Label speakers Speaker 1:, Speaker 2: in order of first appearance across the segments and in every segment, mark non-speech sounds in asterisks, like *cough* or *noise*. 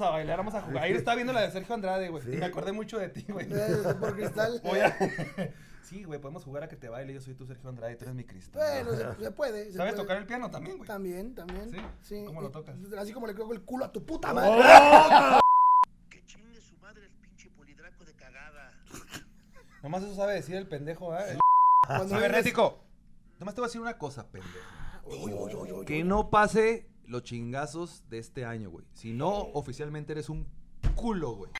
Speaker 1: a bailar, vamos a jugar. Ayer estaba viendo la de Sergio Andrade, güey. y Me acordé mucho de ti, güey.
Speaker 2: Por cristal.
Speaker 1: Voy a- Sí, güey, podemos jugar a que te baile. Yo soy tu Sergio Andrade, tú eres mi cristal.
Speaker 2: Bueno, se, se puede. se
Speaker 1: ¿Sabes
Speaker 2: puede.
Speaker 1: tocar el piano también, güey?
Speaker 2: También, también.
Speaker 1: ¿Sí? ¿Cómo lo tocas? Oh.
Speaker 2: Así como le cojo el culo a tu puta madre.
Speaker 3: Que chingue su madre el pinche polidraco de cagada.
Speaker 1: Nomás eso sabe decir el pendejo, ¿eh?
Speaker 2: Cuando
Speaker 1: Soy
Speaker 2: vengas-
Speaker 1: hermético. Nomás te voy a decir una cosa, pendejo.
Speaker 2: Uy, uy, uy, uy.
Speaker 1: Que no pase los chingazos de este año, güey. Si no, oficialmente eres un culo, güey.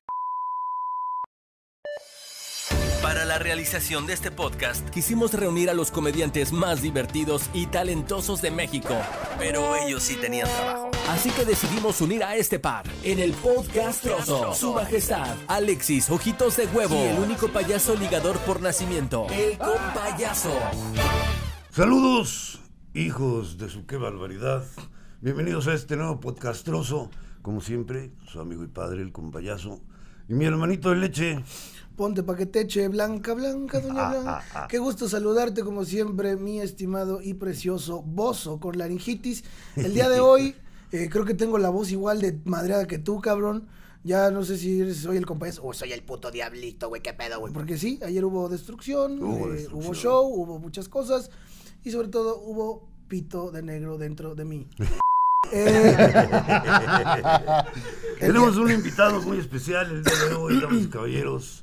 Speaker 4: Para la realización de este podcast, quisimos reunir a los comediantes más divertidos y talentosos de México, pero ellos sí tenían trabajo. Así que decidimos unir a este par en el podcast Trozo. Su Majestad, Alexis Ojitos de Huevo, y el único payaso ligador por nacimiento, el compayaso.
Speaker 5: Saludos, hijos de su qué barbaridad. Bienvenidos a este nuevo podcastroso. Como siempre, su amigo y padre, el compayazo. Y mi hermanito de
Speaker 2: *laughs*
Speaker 5: leche.
Speaker 2: Ponte pa' que te eche blanca, blanca, doña
Speaker 5: Ah,
Speaker 2: Blanca.
Speaker 5: ah, ah.
Speaker 2: Qué gusto saludarte como siempre, mi estimado y precioso Bozo con laringitis. El
Speaker 5: *laughs*
Speaker 2: día de hoy eh, creo que tengo la voz igual de madreada que tú, cabrón. Ya no sé si eres- soy el compañero o soy el puto diablito, güey, qué pedo, güey. Porque sí, ayer hubo destrucción,
Speaker 5: Hubo
Speaker 2: eh,
Speaker 5: destrucción.
Speaker 2: hubo show, hubo muchas cosas y sobre todo hubo pito de negro dentro
Speaker 5: *laughs*
Speaker 2: de mí. Eh,
Speaker 5: Tenemos un invitado muy especial el día de hoy, damas y caballeros.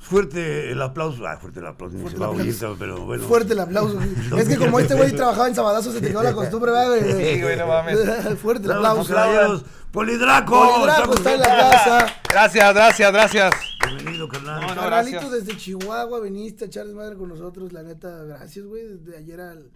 Speaker 5: Fuerte el aplauso. Ah, fuerte el aplauso. ni
Speaker 2: Fuerte
Speaker 5: se va a
Speaker 2: el
Speaker 5: oír,
Speaker 2: aplauso.
Speaker 5: pero bueno.
Speaker 2: Fuerte el aplauso.
Speaker 5: *laughs*
Speaker 2: güey. es que como este güey trabajaba en sabadazo, se te quedó la costumbre, ¿verdad? güey?
Speaker 1: Sí, güey,
Speaker 2: *laughs*
Speaker 1: no mames.
Speaker 2: Fuerte el
Speaker 5: Damas y
Speaker 2: aplauso.
Speaker 5: caballeros, Polidraco.
Speaker 2: Polidraco
Speaker 5: estamos
Speaker 2: está en la
Speaker 5: acá.
Speaker 2: casa.
Speaker 1: Gracias, gracias, gracias.
Speaker 5: Bienvenido, carnal.
Speaker 1: No, no.
Speaker 2: Carnalito,
Speaker 1: gracias.
Speaker 2: desde Chihuahua viniste a echar desmadre con nosotros, la neta, gracias, güey, desde ayer al-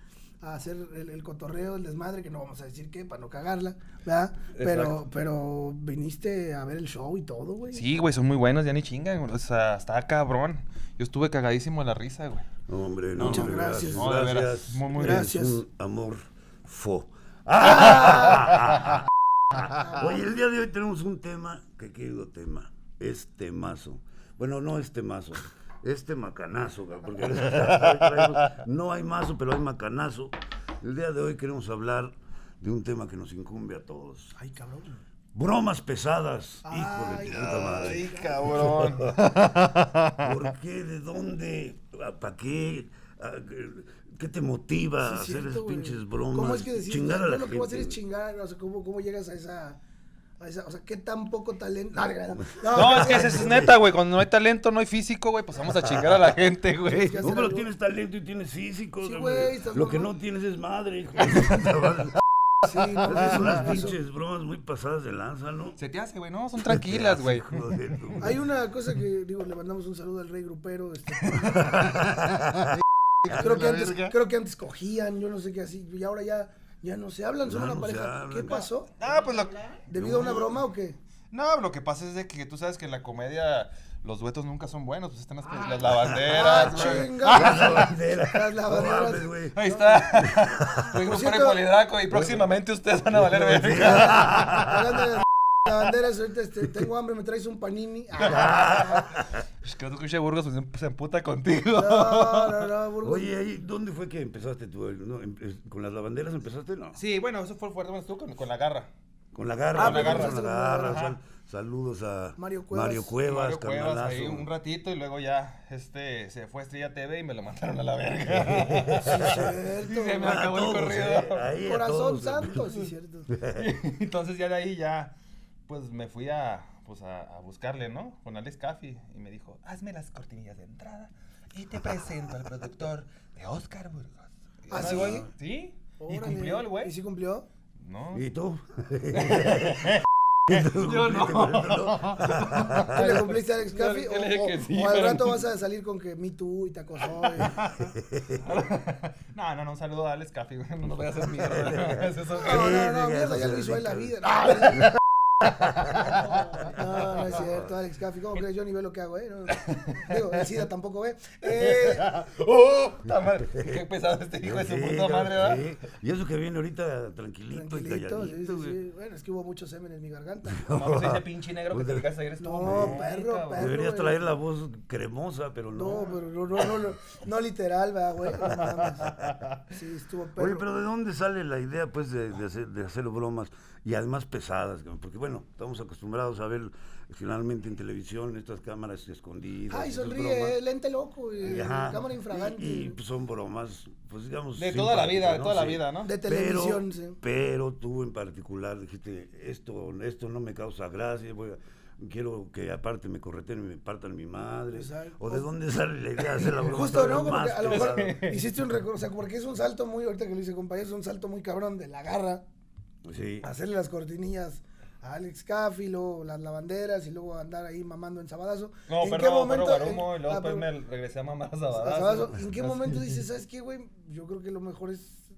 Speaker 2: a hacer el, el cotorreo, el desmadre, que no vamos a decir qué, para no cagarla, ¿verdad? Pero,
Speaker 1: Exacto.
Speaker 2: pero viniste a ver el show y todo, güey.
Speaker 1: Sí, güey, son muy buenos, ya ni chingan. güey. O sea, está cabrón. Yo estuve cagadísimo de la risa, güey.
Speaker 5: No, hombre, no.
Speaker 2: Muchas
Speaker 5: hombre,
Speaker 2: gracias.
Speaker 1: No, de veras, muy, muy
Speaker 2: Gracias.
Speaker 5: Eres un amor
Speaker 1: *laughs*
Speaker 5: fo. Oye, el día de hoy tenemos un tema, que querido tema, es temazo. Bueno, no es temazo, es temacanazo, cabrón, porque *laughs* ahora traemos- no hay mazo, pero hay macanazo. El día de hoy queremos hablar de un tema que nos incumbe a todos.
Speaker 2: Ay, cabrón.
Speaker 5: Bromas pesadas, hijo de tu puta madre.
Speaker 1: cabrón.
Speaker 5: ¿Por qué? ¿De dónde? ¿Para qué? ¿A- ¿Qué te motiva a
Speaker 2: Sí,
Speaker 5: hacer esas
Speaker 2: cierto, güey.
Speaker 5: pinches bromas?
Speaker 2: ¿Cómo es que decís,
Speaker 5: chingar a
Speaker 2: "Yo
Speaker 5: la
Speaker 2: lo
Speaker 5: gente.
Speaker 2: que voy a hacer es
Speaker 5: güey?
Speaker 2: chingar? O sea, ¿cómo, cómo llegas a esa, a esa- O sea, ¿qué tan poco talento? No, no, no.
Speaker 1: No, es que esa es neta, güey. Cuando no hay talento, no hay físico, güey, pues vamos a chingar a la gente, güey.
Speaker 2: Ya
Speaker 5: No,
Speaker 2: hacer
Speaker 5: pero
Speaker 2: algo.
Speaker 5: tienes talento y tienes físico.
Speaker 2: Sí,
Speaker 5: hombre.
Speaker 2: güey, estás
Speaker 5: Lo que
Speaker 2: mamón.
Speaker 5: no tienes es madre,
Speaker 2: *laughs*
Speaker 5: hijo. Esas
Speaker 2: Sí, no, no,
Speaker 5: son las
Speaker 2: no, no.
Speaker 5: pinches bromas muy pasadas de lanza, ¿no?
Speaker 1: Se te hace, güey, no, son tranquilas, güey.
Speaker 5: Hijo de tu-
Speaker 2: Hay una cosa que, digo, le mandamos un saludo al rey grupero. este, *laughs* creo, que antes, creo que antes cogían, yo no sé qué así, y ahora ya, ya no se hablan, son
Speaker 5: Ya
Speaker 2: una
Speaker 5: no se
Speaker 2: pareja.
Speaker 5: hablan.
Speaker 2: ¿Qué pasó?
Speaker 1: Ah, pues lo,
Speaker 2: ¿Debido a una broma o qué?
Speaker 1: no, lo que pasa es de que tú sabes que en la comedia los duetos nunca son buenos, pues están las, las lavanderas, güey. Ah,
Speaker 5: Las
Speaker 2: Ah, chinga!
Speaker 5: lavanderas.
Speaker 2: Las
Speaker 5: No
Speaker 2: lavanderas.
Speaker 5: mames, güey.
Speaker 1: Ahí está.
Speaker 2: *laughs*
Speaker 1: Güey,
Speaker 2: Por
Speaker 1: grupo
Speaker 2: cierto-
Speaker 1: de Polidraco y próximamente ustedes van a valer verga.
Speaker 2: Hablando de las lavanderas, ahorita este, tengo hambre, me traes un panini. Ah,
Speaker 1: *laughs* Es que no te escuché Burgos pues, se emputa contigo.
Speaker 2: no, no, no, Burgos.
Speaker 5: Oye, ¿ahí ¿dónde fue que empezaste tú? ¿No? Empe- ¿Con las lavanderas empezaste? No.
Speaker 1: Sí, bueno, eso fue fuerte, bueno, tú con, con la garra.
Speaker 5: Con la garra.
Speaker 2: Ah,
Speaker 5: con la
Speaker 2: pero
Speaker 5: garra.
Speaker 2: empezaste
Speaker 5: Con la
Speaker 2: con la
Speaker 5: garra.
Speaker 2: garra,
Speaker 5: sal- saludos a
Speaker 2: Mario Cuevas.
Speaker 5: Mario Cuevas,
Speaker 1: Mario Cuevas
Speaker 5: carnalazo.
Speaker 1: ahí un ratito y luego ya este se fue a Estrella TV y me lo mandaron a la verga.
Speaker 2: cierto,
Speaker 1: *laughs* Y se me
Speaker 2: güey.
Speaker 1: acabó
Speaker 5: A
Speaker 1: el
Speaker 5: Ah, todos, eh,
Speaker 1: corrido.
Speaker 5: ahí a
Speaker 2: Corazón
Speaker 5: todos.
Speaker 2: santo, sí, cierto. eh.
Speaker 1: *laughs* Entonces ya de ahí ya pues me fui a pues a, a buscarle, ¿no? Con Alex Caffi y me dijo, "Hazme las cortinillas de entrada y te presento al productor de Oscar Burgos." Y
Speaker 2: ¿Ah,
Speaker 1: ahora
Speaker 2: sí?
Speaker 1: voy, ¿Sí? Y
Speaker 2: Órale.
Speaker 1: cumplió el
Speaker 2: ¿Y
Speaker 1: güey.
Speaker 2: sí cumplió?
Speaker 1: No.
Speaker 5: ¿Y tú?
Speaker 1: *laughs*
Speaker 2: *laughs*
Speaker 1: Yo
Speaker 5: *laughs*
Speaker 1: no.
Speaker 2: ¿Tú le cumpliste a Alex
Speaker 1: Ah, Yo-
Speaker 2: Caffey?
Speaker 1: yo
Speaker 2: O,
Speaker 1: le dije
Speaker 2: o-
Speaker 1: que sí,
Speaker 2: o al
Speaker 1: pero-
Speaker 2: rato vas a salir con que Me Too y te acosó. y-
Speaker 1: no, no, no, un saludo a Alex Caffi, güey. No nos vayas a hacer mierda. Es *laughs* eso,
Speaker 2: No, no, no,
Speaker 5: diga,
Speaker 2: mierda,
Speaker 5: no
Speaker 2: ya
Speaker 5: se
Speaker 2: lo hizo
Speaker 5: dedica.
Speaker 2: él la vida.
Speaker 5: *laughs*
Speaker 2: No, No, no es cierto, Alex Caffey. ¿Cómo crees? Yo ni veo lo que hago, ¿eh? No, no. Digo, el SIDA tampoco ve. Eh,
Speaker 1: ¡Oh! *laughs* puta madre! ¡Qué pesado este hijo de su
Speaker 5: Sí,
Speaker 1: puta
Speaker 5: claro,
Speaker 1: madre, ¿verdad?
Speaker 5: sí. Y eso que viene ahorita tranquilito, y
Speaker 2: tranquilito, sí,
Speaker 5: calladito,
Speaker 2: sí,
Speaker 5: güey.
Speaker 2: sí. Bueno, es que hubo mucho semen en mi garganta.
Speaker 1: No,
Speaker 2: *laughs*
Speaker 1: pues ese pinche negro que te
Speaker 5: Puta.
Speaker 1: fijaste ayer estuvo.
Speaker 2: No,
Speaker 1: muy
Speaker 2: perro,
Speaker 1: cabrón.
Speaker 2: perro.
Speaker 5: Deberías
Speaker 2: güey.
Speaker 5: traer la voz cremosa, pero no.
Speaker 2: No, pero no, no, no, no, no literal, ¿verdad, güey? No mames. Sí, estuvo perro.
Speaker 5: Oye, pero ¿de dónde sale la idea, pues, de, de hacer, de hacer bromas? y además pesadas, cabrón, porque bueno, estamos acostumbrados a ver generalmente en televisión estas cámaras escondidas.
Speaker 2: Ay,
Speaker 5: esas
Speaker 2: sonríe,
Speaker 5: bromas.
Speaker 2: lente loco, eh,
Speaker 5: Y, ajá,
Speaker 2: cámara infragante.
Speaker 5: Y, y, pues, son bromas, pues digamos.
Speaker 1: De toda la vida, de
Speaker 5: simpáticas, ¿no?
Speaker 1: toda la
Speaker 5: Sí.
Speaker 1: vida, ¿no?
Speaker 2: de
Speaker 5: Pero,
Speaker 2: televisión, sí.
Speaker 5: pero tú en particular dijiste, esto, esto no me causa gracia, voy a- quiero que aparte me correten y me partan mi madre.
Speaker 2: Exacto.
Speaker 5: O de dónde sale la idea de hacer la
Speaker 2: *laughs*
Speaker 5: broma.
Speaker 2: Justo,
Speaker 5: todavía
Speaker 2: ¿no? Como
Speaker 5: más
Speaker 2: que a lo mejor
Speaker 5: pesada.
Speaker 2: *laughs* hiciste un recorrido, o sea, porque es un salto muy, ahorita que lo hice compañero, es un salto muy cabrón de la garra,
Speaker 5: Sí.
Speaker 2: hacerle las cortinillas a Alex Caffi, luego las lavanderas y luego andar ahí mamando en sabadazo.
Speaker 1: No, pero
Speaker 2: ¿En qué
Speaker 1: no, pero
Speaker 2: momento-
Speaker 1: Guarumo, y
Speaker 2: en-
Speaker 1: luego
Speaker 2: ah,
Speaker 1: después
Speaker 2: pero-
Speaker 1: me regresé a mamar a
Speaker 2: a
Speaker 1: Sabadazo. *laughs*
Speaker 2: sabadazo? ¿En qué momento dices, sabes qué, güey? Yo creo que lo mejor es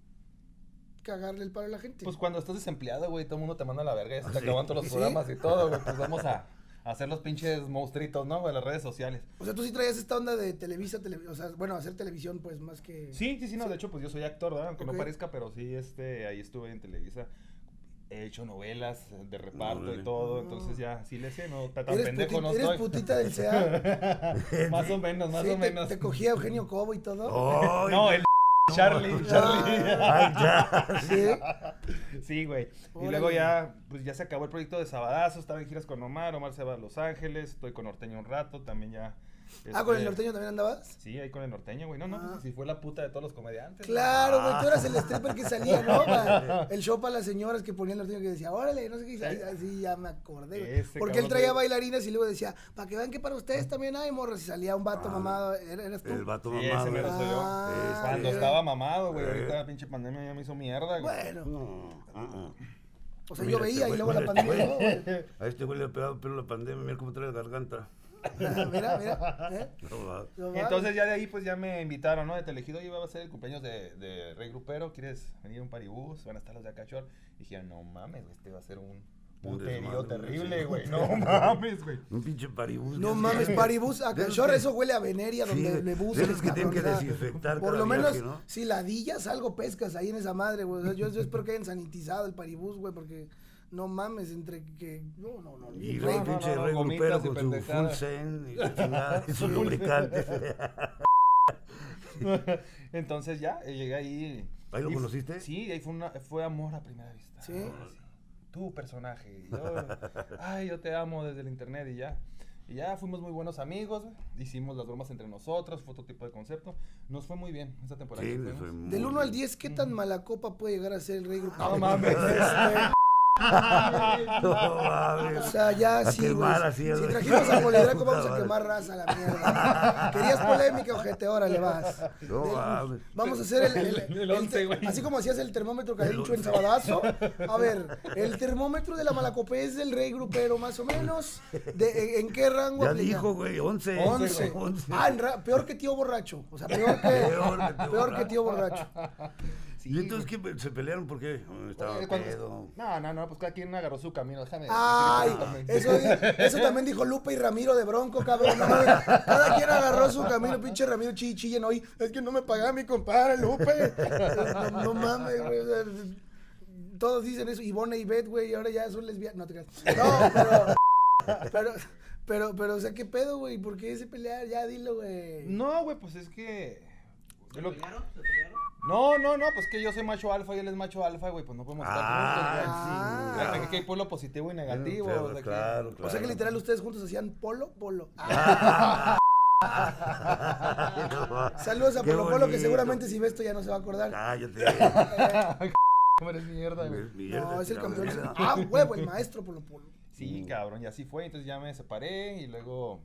Speaker 2: cagarle el paro a la gente.
Speaker 1: Pues cuando estás desempleado, güey, todo el mundo te manda a la verga, ya se te
Speaker 5: Sí.
Speaker 1: acaban todos los
Speaker 2: Ah, Sí.
Speaker 1: programas y todo, güey, pues vamos a a hacer los pinches monstruitos, ¿no? De las redes sociales.
Speaker 2: o sea, tú sí traías esta onda de Televisa, tele- o sea, bueno, hacer televisión, pues, más que...
Speaker 1: Sí, sí, sí, no, de hecho, pues yo soy actor, ¿verdad? Aunque
Speaker 2: Ok.
Speaker 1: no parezca, pero sí, este, ahí estuve en Televisa. He hecho novelas eh, de reparto
Speaker 5: Órale.
Speaker 1: y todo,
Speaker 2: Ah.
Speaker 1: entonces ya, sí le sé, no, tan
Speaker 2: Eres,
Speaker 1: pendejo
Speaker 2: puti-
Speaker 1: no
Speaker 2: eres
Speaker 1: estoy. *laughs*
Speaker 2: putita del CEA.
Speaker 1: más o menos, más
Speaker 2: Sí,
Speaker 1: o
Speaker 2: te-
Speaker 1: menos.
Speaker 2: Te, cogía Eugenio Cobo y todo.
Speaker 5: Ay,
Speaker 1: No, el Charlie, *laughs* Charlie.
Speaker 5: ay, ya.
Speaker 1: *laughs*
Speaker 2: Sí.
Speaker 1: Sí, güey. Y
Speaker 2: Órale.
Speaker 1: luego ya, pues ya se acabó el proyecto de Sabadazo, estaba en giras con Omar, Omar se va a Los Ángeles, estoy con Norteño un rato, también ya.
Speaker 2: Ah, con el
Speaker 1: este,
Speaker 2: norteño también andabas.
Speaker 1: Sí, ahí con el Norteño, güey. No, no,
Speaker 2: Ah.
Speaker 1: pues, si fue la puta de todos los comediantes.
Speaker 2: Claro, güey,
Speaker 1: Ah.
Speaker 2: tú eras el stripper que salía,
Speaker 1: *laughs*
Speaker 2: ¿no? Pa- El show para las señoras que ponía el norteño que decía, órale, no sé qué. y ahí- ahí Sí, ya me acordé, güey.
Speaker 1: Ese
Speaker 2: Porque él
Speaker 1: cabrón
Speaker 2: traía
Speaker 1: de-
Speaker 2: bailarinas y luego decía, para que vean que para ustedes también hay morros. Y salía un vato
Speaker 5: Ah,
Speaker 2: mamado, ¿er- ¿eras tú?
Speaker 5: El vato
Speaker 1: Sí, ese
Speaker 5: mamado.
Speaker 1: mero soy yo.
Speaker 2: Ah,
Speaker 1: Cuando
Speaker 2: sí.
Speaker 1: estaba mamado, güey.
Speaker 5: Eh.
Speaker 1: Ahorita la pinche pandemia ya me hizo mierda, güey.
Speaker 2: Bueno,
Speaker 5: No, ah, ah.
Speaker 2: o sea,
Speaker 5: Mira,
Speaker 2: yo veía
Speaker 5: este
Speaker 2: y luego la
Speaker 5: güey, mira,
Speaker 2: pandemia.
Speaker 5: este
Speaker 1: *laughs*
Speaker 2: ¿no, güey?
Speaker 5: A este güey le ha pegado pero la pandemia, mira cómo trae la garganta.
Speaker 2: *laughs* Mira, mira. ¿eh?
Speaker 5: No, va.
Speaker 2: No mames.
Speaker 1: Entonces ya de ahí pues ya me invitaron, ¿no? De Telegido iba a ser el cumpleaños de, de Rey Grupero, ¿quieres venir a un paribús? Van a estar los de Acachor. Y dije, no mames, güey, este va a ser un
Speaker 5: Un
Speaker 1: puterío
Speaker 5: desmadre,
Speaker 1: terrible,
Speaker 5: sí.
Speaker 1: güey. No
Speaker 5: *laughs*
Speaker 1: mames, güey. *laughs*
Speaker 5: Un pinche paribus.
Speaker 2: No mames, paribus, a
Speaker 5: Pues De esos
Speaker 2: Cachorro,
Speaker 5: que-
Speaker 2: eso huele a veneria,
Speaker 5: Sí,
Speaker 2: donde
Speaker 5: de- de
Speaker 2: le buses.
Speaker 5: esos que tienen
Speaker 2: cabrón,
Speaker 5: que
Speaker 2: o sea,
Speaker 5: desinfectar
Speaker 2: Por
Speaker 5: cada
Speaker 2: lo menos,
Speaker 5: viaje, ¿no?
Speaker 2: si ladillas, algo pescas ahí en esa madre, güey. O sea, yo, yo espero que hayan sanitizado el paribus, güey, porque no mames, entre que. No, no, no.
Speaker 5: Y
Speaker 1: No,
Speaker 5: rey,
Speaker 1: no,
Speaker 5: pinche
Speaker 1: no, no,
Speaker 5: rey
Speaker 1: gomitas
Speaker 5: grupero
Speaker 1: y
Speaker 5: con su full
Speaker 1: pendejadas.
Speaker 5: zen y su chingada, y su lubricante.
Speaker 1: Entonces ya, eh, llegué ahí.
Speaker 5: ¿Ahí lo
Speaker 1: Y fu-
Speaker 5: conociste?
Speaker 1: Sí, ahí fue, una, fue amor a primera vista.
Speaker 2: Sí.
Speaker 1: Tu personaje. y yo, *laughs* ay, yo te amo desde el internet y ya. Y ya fuimos muy buenos amigos, güey. hicimos las bromas entre nosotros, fue otro tipo de concepto. Nos fue muy bien esta temporada.
Speaker 5: Sí,
Speaker 1: que
Speaker 5: me
Speaker 1: fuimos.
Speaker 5: fue muy
Speaker 2: Del 1 al
Speaker 5: bien.
Speaker 2: 10, ¿qué tan mala copa puede llegar a ser el rey grupo?
Speaker 1: No
Speaker 2: *laughs*
Speaker 1: mames.
Speaker 5: No mames.
Speaker 2: O sea, ya
Speaker 5: A
Speaker 2: sí, güey.
Speaker 5: quemar así,
Speaker 2: Si
Speaker 5: güey.
Speaker 2: trajimos a Polidraco,
Speaker 5: Puta
Speaker 2: vamos
Speaker 5: *laughs*
Speaker 2: a
Speaker 5: madre.
Speaker 2: quemar raza a la mierda. Querías polémica, ojete, órale, vas.
Speaker 5: No
Speaker 2: Del-
Speaker 5: mames.
Speaker 2: Vamos a hacer el, el,
Speaker 1: *laughs* El
Speaker 2: el
Speaker 1: once,
Speaker 2: te-
Speaker 1: güey.
Speaker 2: así como hacías el termómetro
Speaker 5: El
Speaker 2: cadelucho en
Speaker 5: once.
Speaker 2: sabadazo. A ver, el termómetro de la malacopé es del rey grupero, más o menos. De, eh, ¿En, en qué rango
Speaker 5: Ya
Speaker 2: aplica?
Speaker 5: dijo, güey, 11. *laughs*
Speaker 2: 11.
Speaker 5: 11.
Speaker 2: Ah, en ra- peor que tío borracho. O sea, peor que, peor que, tío, borracho.
Speaker 1: *laughs* Sí,
Speaker 5: ¿Y entonces qué? ¿Se pelearon por qué? Estaba
Speaker 1: Oye, cuando-
Speaker 5: pedo.
Speaker 1: No, no, no, pues cada quien agarró su camino, déjame.
Speaker 2: Ay,
Speaker 1: déjame-
Speaker 2: eso, di- eso también dijo Lupe y Ramiro de Bronco, cabrón. no mames. cada quien agarró su camino, pinche Ramiro chi chillen hoy. Es que no me pagaba mi compadre Lupe. No, no mames, güey. o sea, Todos dicen eso. Ivone y Beth, güey, ahora ya son lesbianas. No te creas. No, pero. Pero, pero, pero, o sea, ¿qué pedo, güey? ¿Por qué ese pelear? Ya dilo, güey.
Speaker 1: No, güey, pues es que. yo lo- No, no, no, pues que yo soy macho alfa y él es macho alfa, güey, pues no podemos estar
Speaker 5: Ah,
Speaker 1: juntos,
Speaker 2: sí,
Speaker 1: güey.
Speaker 2: claro.
Speaker 1: Aquí que hay polo positivo y negativo.
Speaker 5: Claro,
Speaker 1: o sea que-
Speaker 5: claro, claro. Ah,
Speaker 2: O sea que literal ustedes juntos hacían polo, polo. Ah, Saludos a
Speaker 5: Qué
Speaker 2: Polo Polo, que
Speaker 5: bonito. Ah,
Speaker 2: seguramente si ve esto ya no se va a acordar.
Speaker 5: Cállate.
Speaker 1: ¿Cómo eres mierda, güey?
Speaker 2: No, es el campeón.
Speaker 5: Mierda.
Speaker 2: Ah, huevo, el maestro Polo Polo.
Speaker 1: Sí,
Speaker 5: Mm.
Speaker 1: cabrón, y así fue, entonces ya me separé y luego,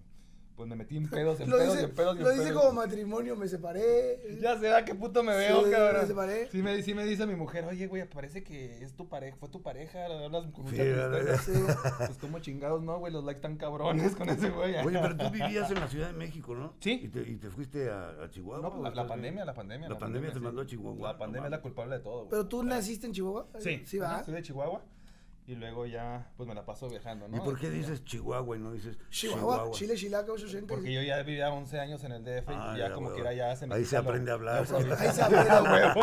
Speaker 1: pues me metí en
Speaker 5: *laughs*
Speaker 1: pedos, en
Speaker 2: Lo
Speaker 1: pedos,
Speaker 2: dice,
Speaker 1: en pedos, y en
Speaker 2: lo dice
Speaker 1: pedos.
Speaker 2: como matrimonio, me separé.
Speaker 1: Ya sé a qué puto me veo,
Speaker 2: Sí,
Speaker 1: cabrón.
Speaker 2: me separé.
Speaker 1: Sí me, sí me dice mi mujer, oye, güey, parece que es tu pareja, fue tu pareja, hablas con mucha
Speaker 5: Sí,
Speaker 1: tristeza.
Speaker 5: la verdad.
Speaker 2: Sí.
Speaker 1: Pues como chingados, no, güey, los likes tan cabrones con ese güey.
Speaker 5: *laughs* Oye, pero tú vivías en la Ciudad de México, ¿no?
Speaker 1: Sí.
Speaker 5: ¿Y te, y te fuiste a, a Chihuahua?
Speaker 1: No, pues la,
Speaker 5: ¿o
Speaker 1: la
Speaker 5: estás
Speaker 1: pandemia,
Speaker 5: bien?
Speaker 1: la pandemia.
Speaker 5: La pandemia te
Speaker 1: sí.
Speaker 5: mandó a Chihuahua,
Speaker 1: La pandemia
Speaker 5: no
Speaker 1: es la
Speaker 5: mames.
Speaker 1: culpable de todo, güey.
Speaker 2: Pero tú naciste en Chihuahua.
Speaker 1: Sí,
Speaker 2: Sí,
Speaker 1: ajá,
Speaker 2: va.
Speaker 1: Soy de Chihuahua y luego ya, pues me la paso viajando, ¿no?
Speaker 5: ¿Y por qué dices Chihuahua y no dices
Speaker 2: Chihuahua, Chile, Chilaca, 880.
Speaker 1: Porque yo ya vivía 11 años en el DF
Speaker 5: Ah,
Speaker 1: y ya,
Speaker 5: ya,
Speaker 1: como
Speaker 5: huevo.
Speaker 1: que era ya se me
Speaker 5: Ahí
Speaker 1: quita
Speaker 5: se
Speaker 1: lo-
Speaker 5: aprende a
Speaker 1: *laughs*
Speaker 5: hablar. *laughs*
Speaker 2: Ahí se abre.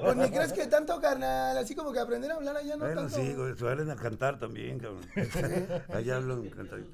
Speaker 2: Pues ni crees que tanto, carnal. Así como que aprender a hablar allá no
Speaker 5: Bueno,
Speaker 2: tanto.
Speaker 5: sí, güey, se van a cantar
Speaker 1: *laughs*
Speaker 5: también, cabrón. *laughs* Allá hablan cantando.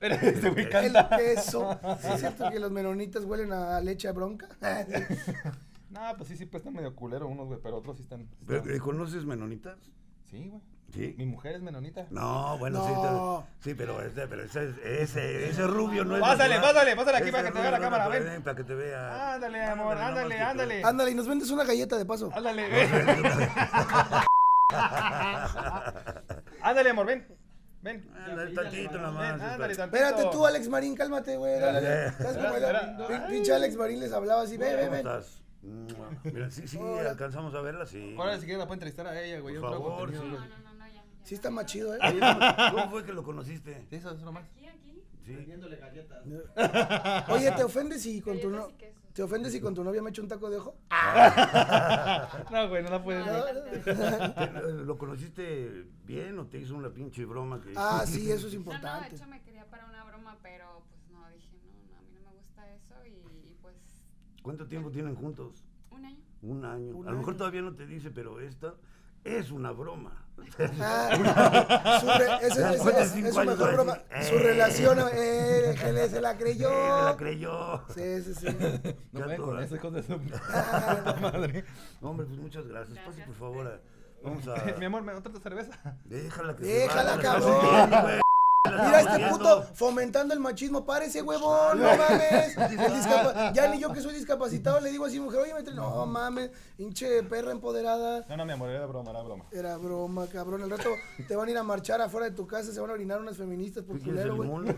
Speaker 1: Pero este güey
Speaker 2: El
Speaker 1: canta.
Speaker 2: queso. Sí, ¿Es cierto que los menonitas huelen a leche a bronca? *laughs*
Speaker 1: No, pues sí, sí, pues están medio culero unos, güey, pero otros sí están.
Speaker 5: Pero,
Speaker 1: están-
Speaker 5: ¿eh, ¿Conoces menonitas?
Speaker 1: Sí, güey.
Speaker 5: ¿Sí?
Speaker 1: Mi mujer es menonita.
Speaker 5: No, bueno, sí,
Speaker 2: No.
Speaker 5: te- sí, pero, este, pero ese, ese, ese rubio no es.
Speaker 1: Pásale,
Speaker 5: natural.
Speaker 1: pásale, pásale aquí
Speaker 5: Ese
Speaker 1: para que te vea
Speaker 5: rubio
Speaker 1: la
Speaker 5: no es
Speaker 1: cámara,
Speaker 5: natural,
Speaker 1: ven.
Speaker 5: Para que te vea.
Speaker 1: Ándale, amor,
Speaker 5: nada más
Speaker 1: ándale,
Speaker 5: que te-
Speaker 1: ándale.
Speaker 2: Ándale, y nos vendes una galleta de paso.
Speaker 1: Ándale, ven. Ándale, amor, ven. Ven.
Speaker 5: Ándale, tantito nomás,
Speaker 1: Ven, ándale,
Speaker 5: espérate.
Speaker 1: tantito.
Speaker 2: Espérate tú, Alex Marín, cálmate, güey. dale, dale.
Speaker 5: Espera,
Speaker 2: ¿Sabes cómo era?
Speaker 1: espera.
Speaker 2: Pin- Pinche Alex Marín les hablaba así, ve, ve,
Speaker 5: ¿Cómo
Speaker 2: ve.
Speaker 5: estás? Mua. Mira, sí, sí, alcanzamos a verla, sí.
Speaker 1: Ahora si quieres la puedo entrevistar a ella, güey.
Speaker 5: Por
Speaker 1: yo traigo
Speaker 5: favor,
Speaker 1: contenido,
Speaker 5: sí.
Speaker 1: güey.
Speaker 6: No, no, ya, ya.
Speaker 2: Sí está
Speaker 1: *laughs*
Speaker 2: más chido,
Speaker 5: Oye,
Speaker 2: ¿eh?
Speaker 5: ¿Cómo cómo fue que lo conociste?
Speaker 1: Eso es
Speaker 5: *laughs*
Speaker 1: nomás.
Speaker 6: Aquí, aquí.
Speaker 5: Sí.
Speaker 2: Oye, ¿te ofendes si con tu no...
Speaker 6: Galletas y quesos.
Speaker 2: ¿Te ofendes si con tu novia me echo un taco de ojo?
Speaker 1: No, güey, no la puedes.
Speaker 6: Pues, No,
Speaker 1: ver.
Speaker 2: *laughs*
Speaker 6: adelante.
Speaker 5: ¿Lo lo conociste bien o te hizo una pinche broma? Que...
Speaker 2: Ah, sí, eso es
Speaker 6: *laughs* No, no, de
Speaker 2: importante.
Speaker 6: hecho me quería para una broma, pero pues no, dije, no, no, a mí no me gusta eso y, y, pues
Speaker 5: ¿Cuánto tiempo tienen juntos?
Speaker 6: un año.
Speaker 5: *laughs* Un año.
Speaker 2: Un
Speaker 5: a lo mejor
Speaker 2: año.
Speaker 5: todavía no te dice, pero esta es una broma.
Speaker 2: Ah, su re- ese-
Speaker 5: Ya
Speaker 2: ese-
Speaker 5: después de
Speaker 2: es-
Speaker 5: cinco
Speaker 2: es su
Speaker 5: años
Speaker 2: mejor
Speaker 5: va a
Speaker 2: broma.
Speaker 5: decir,
Speaker 2: Su
Speaker 5: "Eh".
Speaker 2: relación, eh, que le- se la creyó.
Speaker 5: Eh, me la creyó.
Speaker 2: Sí, sí,
Speaker 5: *laughs*
Speaker 2: sí.
Speaker 1: No
Speaker 5: Ya
Speaker 1: pueden
Speaker 5: ¿eh? toda-
Speaker 1: con esas cosas
Speaker 5: *laughs*
Speaker 1: de su puta madre.
Speaker 5: No, Hombre, pues muchas gracias. Pase, por favor. a- Vamos a...
Speaker 1: *laughs* Mi amor, ¿me da otra cerveza?
Speaker 5: Déjala que
Speaker 2: Déjala,
Speaker 5: se
Speaker 2: cabrón. Mira este puto fomentando el machismo. Párese, huevón, no
Speaker 5: *laughs*
Speaker 2: mames. El discapa- Ya ni yo que soy discapacitado le digo así, mujer, oye, métele. No mames, hinche perra empoderada.
Speaker 1: No, no, mi amor, era broma, era broma.
Speaker 2: Era broma, cabrón. Al rato te van a ir a marchar afuera de tu casa, se van a orinar unas feministas por culero, güey.
Speaker 5: Pues, limón?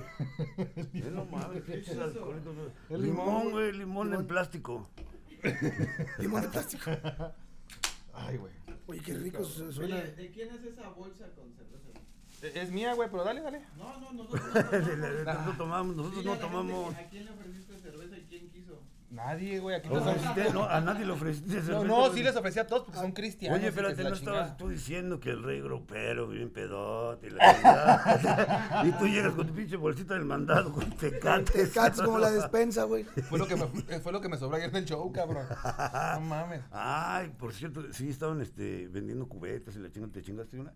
Speaker 5: Eh, no mames, pinches alcohólicos.
Speaker 1: El
Speaker 5: Limón,
Speaker 1: limón.
Speaker 5: güey, limón en plástico. *laughs*
Speaker 2: Limón de plástico.
Speaker 1: Ay, güey.
Speaker 2: Oye, qué rico su- suena.
Speaker 7: ¿De quién es esa bolsa con cerveza?
Speaker 1: E, Es es mía, güey, pero dale, dale.
Speaker 7: No, no, nosotros
Speaker 5: *laughs*
Speaker 7: no tomamos.
Speaker 5: Nosotros tomamos, nosotros
Speaker 7: Dile
Speaker 5: no
Speaker 7: a la gente
Speaker 5: tomamos.
Speaker 7: ¿A quién le ofreciste cerveza y quién quiso?
Speaker 1: Nadie, güey, aquí
Speaker 5: ¿Le
Speaker 1: no somos-
Speaker 5: ofreciste? No, a nadie le ofreciste.
Speaker 1: No,
Speaker 5: cerveza,
Speaker 1: no,
Speaker 5: güey.
Speaker 1: sí les ofrecí a todos porque son cristianos.
Speaker 5: Oye,
Speaker 1: y que
Speaker 5: espérate,
Speaker 1: es la
Speaker 5: no estabas
Speaker 1: chingada.
Speaker 5: tú diciendo que el rey gropero, bien pedote, y la chingada? y tú llegas con tu pinche bolsita del mandado, con tecates.
Speaker 2: Te cats
Speaker 5: *laughs*
Speaker 2: como la despensa, güey.
Speaker 1: Fue lo que me, fue lo que me sobró ayer en el show, cabrón.
Speaker 5: *laughs*
Speaker 1: No mames.
Speaker 5: Ay, por cierto, sí estaban este, vendiendo cubetas y la chingada, ¿te chingaste una?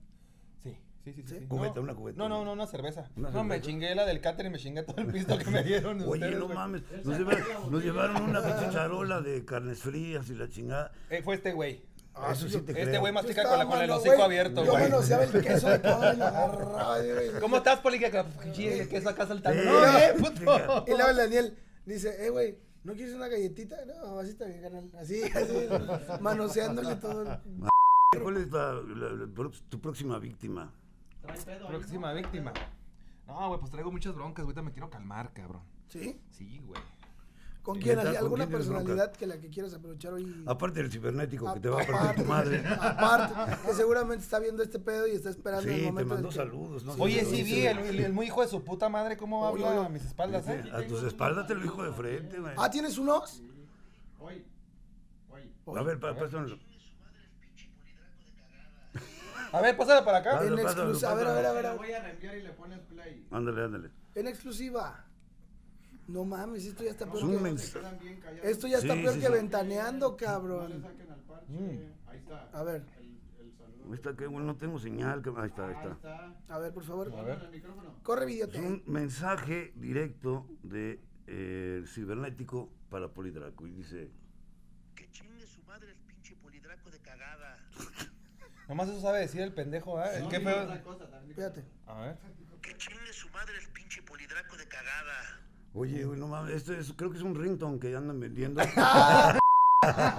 Speaker 1: Sí, sí, sí. sí, sí.
Speaker 5: Cubeta,
Speaker 1: No,
Speaker 5: una cubeta.
Speaker 1: No, no, no, una cerveza.
Speaker 5: Una
Speaker 1: no, me
Speaker 5: cerveza.
Speaker 1: chingué la del cáter y me chingué todo el pisto
Speaker 5: *laughs*
Speaker 1: que me dieron.
Speaker 5: Oye,
Speaker 1: ustedes,
Speaker 5: no
Speaker 1: güey.
Speaker 5: mames, nos llevaron, nos llevaron una pinche charola de carnes frías y la chingada.
Speaker 1: Eh, fue este güey.
Speaker 5: Ah, eso sí
Speaker 1: Este
Speaker 5: te creo.
Speaker 1: güey
Speaker 2: Yo
Speaker 1: mastica
Speaker 2: estaba
Speaker 1: con, la, con el
Speaker 2: mano,
Speaker 1: hocico
Speaker 2: Pues, güey.
Speaker 1: abierto,
Speaker 2: Yo
Speaker 1: güey.
Speaker 2: manoseaba el queso de todo y
Speaker 1: *laughs*
Speaker 2: lo agarraba, güey.
Speaker 1: ¿Cómo estás, Poli? Que- que- que- que eso acá saltando.
Speaker 5: Sí.
Speaker 1: No, eh, puto.
Speaker 2: Y luego el Daniel dice, eh, güey, ¿no quieres una galletita? No, así está bien, canal. Así,
Speaker 1: *laughs*
Speaker 2: así, manoseándole todo. el-
Speaker 5: ¿Cuál es la- la- la- tu próxima víctima?
Speaker 7: Trae pedo. ahí,
Speaker 1: Próxima víctima. No, güey, pues traigo muchas broncas. Ahorita me quiero calmar, cabrón.
Speaker 2: ¿Sí?
Speaker 1: Sí, güey.
Speaker 2: ¿Con
Speaker 5: Sí,
Speaker 2: quién?
Speaker 5: neta,
Speaker 2: ¿Así
Speaker 5: ¿con
Speaker 2: ¿Alguna
Speaker 5: quién eres
Speaker 2: personalidad que la que quieras aprovechar hoy?
Speaker 5: Aparte del cibernético que te va a partir tu madre. *laughs*
Speaker 2: Aparte, que seguramente está viendo este pedo y está esperando el
Speaker 5: Ah, Sí,
Speaker 2: momento.
Speaker 5: te
Speaker 2: en
Speaker 5: mandó
Speaker 2: que-
Speaker 5: saludos. ¿no?
Speaker 1: Oye, sí,
Speaker 5: Dice-
Speaker 1: vi el, el- el muy hijo de su puta madre cómo
Speaker 2: Oye,
Speaker 1: habla
Speaker 2: oye.
Speaker 1: a mis espaldas,
Speaker 5: dice,
Speaker 1: ¿eh?
Speaker 5: A tus espaldas te lo dijo de frente, güey.
Speaker 2: Ah, ¿tienes unos?
Speaker 7: ¿no? Hoy. Hoy.
Speaker 5: A ver, pa- pásamelo.
Speaker 1: A ver, pásala para acá.
Speaker 5: Pásala.
Speaker 2: En
Speaker 5: Pásalo, pásalo,
Speaker 2: exclusiva. A ver, a ver, a
Speaker 7: Te
Speaker 2: ver. a
Speaker 7: la
Speaker 2: ver.
Speaker 7: voy a reenviar y le pones play.
Speaker 5: Ándale, ándale.
Speaker 2: En exclusiva. No mames, esto ya está
Speaker 5: Es
Speaker 2: peor
Speaker 5: un
Speaker 2: que...
Speaker 5: mensaje.
Speaker 7: Están bien callados.
Speaker 2: Esto ya está
Speaker 5: Sí,
Speaker 2: peor
Speaker 5: sí,
Speaker 2: que
Speaker 5: sí.
Speaker 2: ventaneando,
Speaker 7: No le
Speaker 2: cabrón.
Speaker 7: saquen al parche. Ahí está.
Speaker 2: A ver,
Speaker 7: El, el saludo.
Speaker 5: Ahí está, qué bueno, no tengo señal. que- Ahí está, ahí
Speaker 7: Ahí
Speaker 5: está.
Speaker 7: está.
Speaker 2: a ver, por favor.
Speaker 1: A
Speaker 7: El
Speaker 1: ver.
Speaker 7: micrófono.
Speaker 2: Corre
Speaker 5: Es
Speaker 2: videote.
Speaker 5: un mensaje directo de eh, el cibernético para Polidraco. Y dice,
Speaker 3: Que chingue su madre el pinche polidraco de cagada.
Speaker 1: Nomás eso sabe decir el pendejo, ¿eh? El
Speaker 7: No,
Speaker 1: que
Speaker 7: y
Speaker 1: feo.
Speaker 7: otra cosa también.
Speaker 2: Espérate.
Speaker 1: A ver.
Speaker 3: Que chingue su madre el pinche polidraco de cagada.
Speaker 5: oye, güey, no mames, esto es, creo que es un ringtone que andan
Speaker 2: *laughs*
Speaker 5: vendiendo.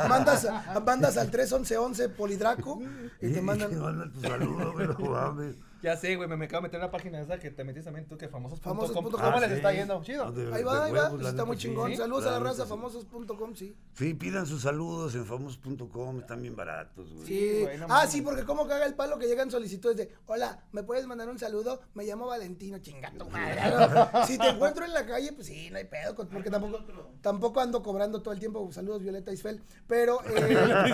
Speaker 2: Mandas, mandas al 31111 Polidraco y
Speaker 5: *laughs*
Speaker 2: te
Speaker 5: te
Speaker 2: mandan
Speaker 5: mandan tu saludo, pero
Speaker 2: *laughs*
Speaker 5: mames.
Speaker 1: Ya sé, güey, me, me acabo de meter en la página esa que te metiste también tú, que famosos.com.
Speaker 2: Famosos punto com.
Speaker 1: ¿Cómo
Speaker 5: Ah,
Speaker 1: les
Speaker 5: sí.
Speaker 1: está yendo?
Speaker 5: No,
Speaker 1: Chido.
Speaker 5: de-
Speaker 2: Ahí
Speaker 5: de
Speaker 2: va, ahí va.
Speaker 5: huevos,
Speaker 2: Eso está
Speaker 5: neta,
Speaker 2: muy
Speaker 5: sí.
Speaker 2: chingón.
Speaker 5: Sí,
Speaker 2: Saludos a la
Speaker 5: claro,
Speaker 2: raza,
Speaker 5: sí.
Speaker 2: famosos.com, sí.
Speaker 5: Sí, pidan sus saludos en famosos.com, están bien baratos, *laughs* güey.
Speaker 2: Sí. *laughs*
Speaker 1: güey, no
Speaker 2: Ah,
Speaker 1: mames.
Speaker 2: sí, porque como caga el palo que llegan solicitudes de, hola, ¿me puedes mandar un saludo? Me llamo Valentino, chinga tu madre. *laughs* Si te encuentro en la calle, pues sí, no hay pedo, con- porque tampoco, tampoco ando cobrando todo el tiempo. Saludos, Violeta Isfel. Pero,
Speaker 5: *laughs*
Speaker 2: eh,
Speaker 5: No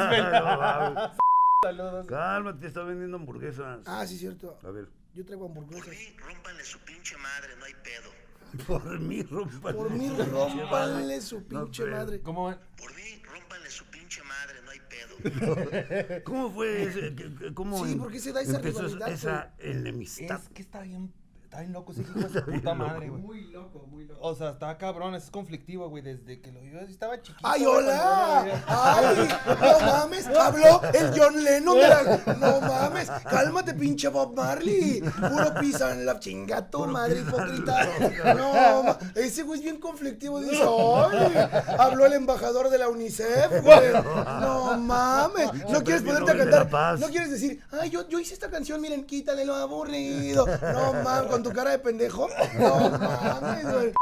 Speaker 5: mames.
Speaker 2: *laughs*
Speaker 1: Saludos.
Speaker 5: Cálmate, está vendiendo hamburguesas.
Speaker 2: ah, sí, cierto.
Speaker 5: A ver, *laughs*
Speaker 2: Yo traigo
Speaker 3: Por
Speaker 2: hamburguesas.
Speaker 3: mí, rómpanle su pinche madre, no hay pedo.
Speaker 5: por mí rompa.
Speaker 2: Por mí, rompanle su pinche
Speaker 5: creo.
Speaker 2: madre.
Speaker 1: ¿Cómo ven?
Speaker 3: Por mí, rómpanle su pinche madre, no hay pedo.
Speaker 5: ¿Cómo fue ese? ¿Qué- qué- ¿Cómo
Speaker 2: Sí,
Speaker 5: em-
Speaker 2: ¿por qué se da esa
Speaker 5: empezó
Speaker 2: rivalidad,
Speaker 5: esa enemistad?
Speaker 1: Es que está bien. Está bien loco ese hijo de su puta madre, güey.
Speaker 7: Muy loco, muy loco.
Speaker 1: O sea, está cabrón, es conflictivo, güey. Desde que lo yo estaba chiquito.
Speaker 2: ¡Ay,
Speaker 1: güey, cuando yo lo
Speaker 2: hola!
Speaker 1: veía.
Speaker 2: ¡Ay! ¡No mames! Habló el John Lennon de la... ¡No mames! ¡Cálmate, pinche Bob Marley! Puro piso en la chingato, madre hipócrita. No, ma- ese güey es bien conflictivo. Dice, ¡ay! Habló el embajador de la UNICEF, güey. ¡No mames! No quieres
Speaker 5: Premio
Speaker 2: ponerte a
Speaker 5: Nobel de la
Speaker 2: cantar.
Speaker 5: Paz.
Speaker 2: No quieres decir, ¡ay, yo, yo hice esta canción, miren, quítale lo aburrido! No mames, con tu cara de pendejo. No mames, güey.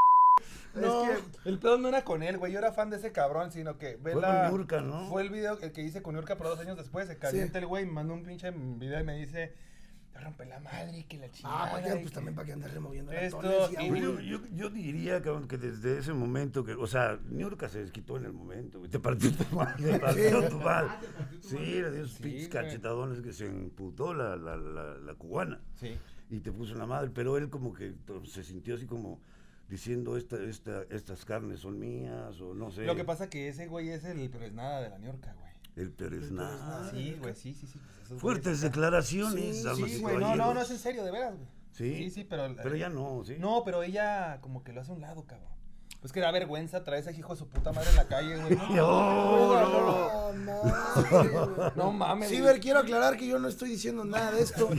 Speaker 2: No.
Speaker 1: Es que *laughs* el pedo no era con él, güey. Yo era fan de ese cabrón, sino que. Ve
Speaker 5: Fue
Speaker 1: la-
Speaker 5: con Niurka, ¿no?
Speaker 1: Fue el video el que hice con Yurka, pero dos años después se calienta el güey. Me mandó un pinche video y me dice: Te rompe la madre, que la chingada.
Speaker 2: Ah, pues, ya,
Speaker 1: y
Speaker 2: pues
Speaker 1: que-
Speaker 2: también para que andes removiendo
Speaker 1: Esto,
Speaker 2: latones y
Speaker 1: y-
Speaker 5: Yo,
Speaker 2: abuelos.
Speaker 5: yo- yo diría cabrón, que desde ese momento, que, o sea, Niurka se desquitó en el momento, güey. Te partió tu
Speaker 1: *laughs*
Speaker 5: madre, te partió tu madre.
Speaker 1: Ah,
Speaker 5: Sí, le dio esos pinches
Speaker 1: güey.
Speaker 5: cachetadones que se emputó la, la, la, la cubana
Speaker 1: Sí.
Speaker 5: y te puso la madre, pero él como que to- se sintió así como diciendo, esta, esta, estas carnes son mías o no sé.
Speaker 1: Lo que pasa que ese güey es el pero es nada de la Niurka, güey.
Speaker 5: El Pérez nada.
Speaker 1: Sí, güey, sí, sí, sí. pues, esos
Speaker 5: Ah, Fuertes declaraciones.
Speaker 2: Sí,
Speaker 5: damas
Speaker 1: güeyes-
Speaker 5: y
Speaker 1: Sí, güey, no, no, no
Speaker 5: caballeros.
Speaker 1: es en serio, de veras, güey.
Speaker 5: Sí,
Speaker 1: sí, pero.
Speaker 5: Pero ya no, ¿sí?
Speaker 1: No, pero ella como que lo hace a un lado, cabrón. Pues que da vergüenza traer a ese hijo de su puta madre en la calle, güey.
Speaker 5: *laughs* No, no, no.
Speaker 2: No, *laughs* mames.
Speaker 1: No mames.
Speaker 2: Sí,
Speaker 1: güey.
Speaker 2: ver, quiero aclarar que yo no estoy diciendo nada de *laughs* esto.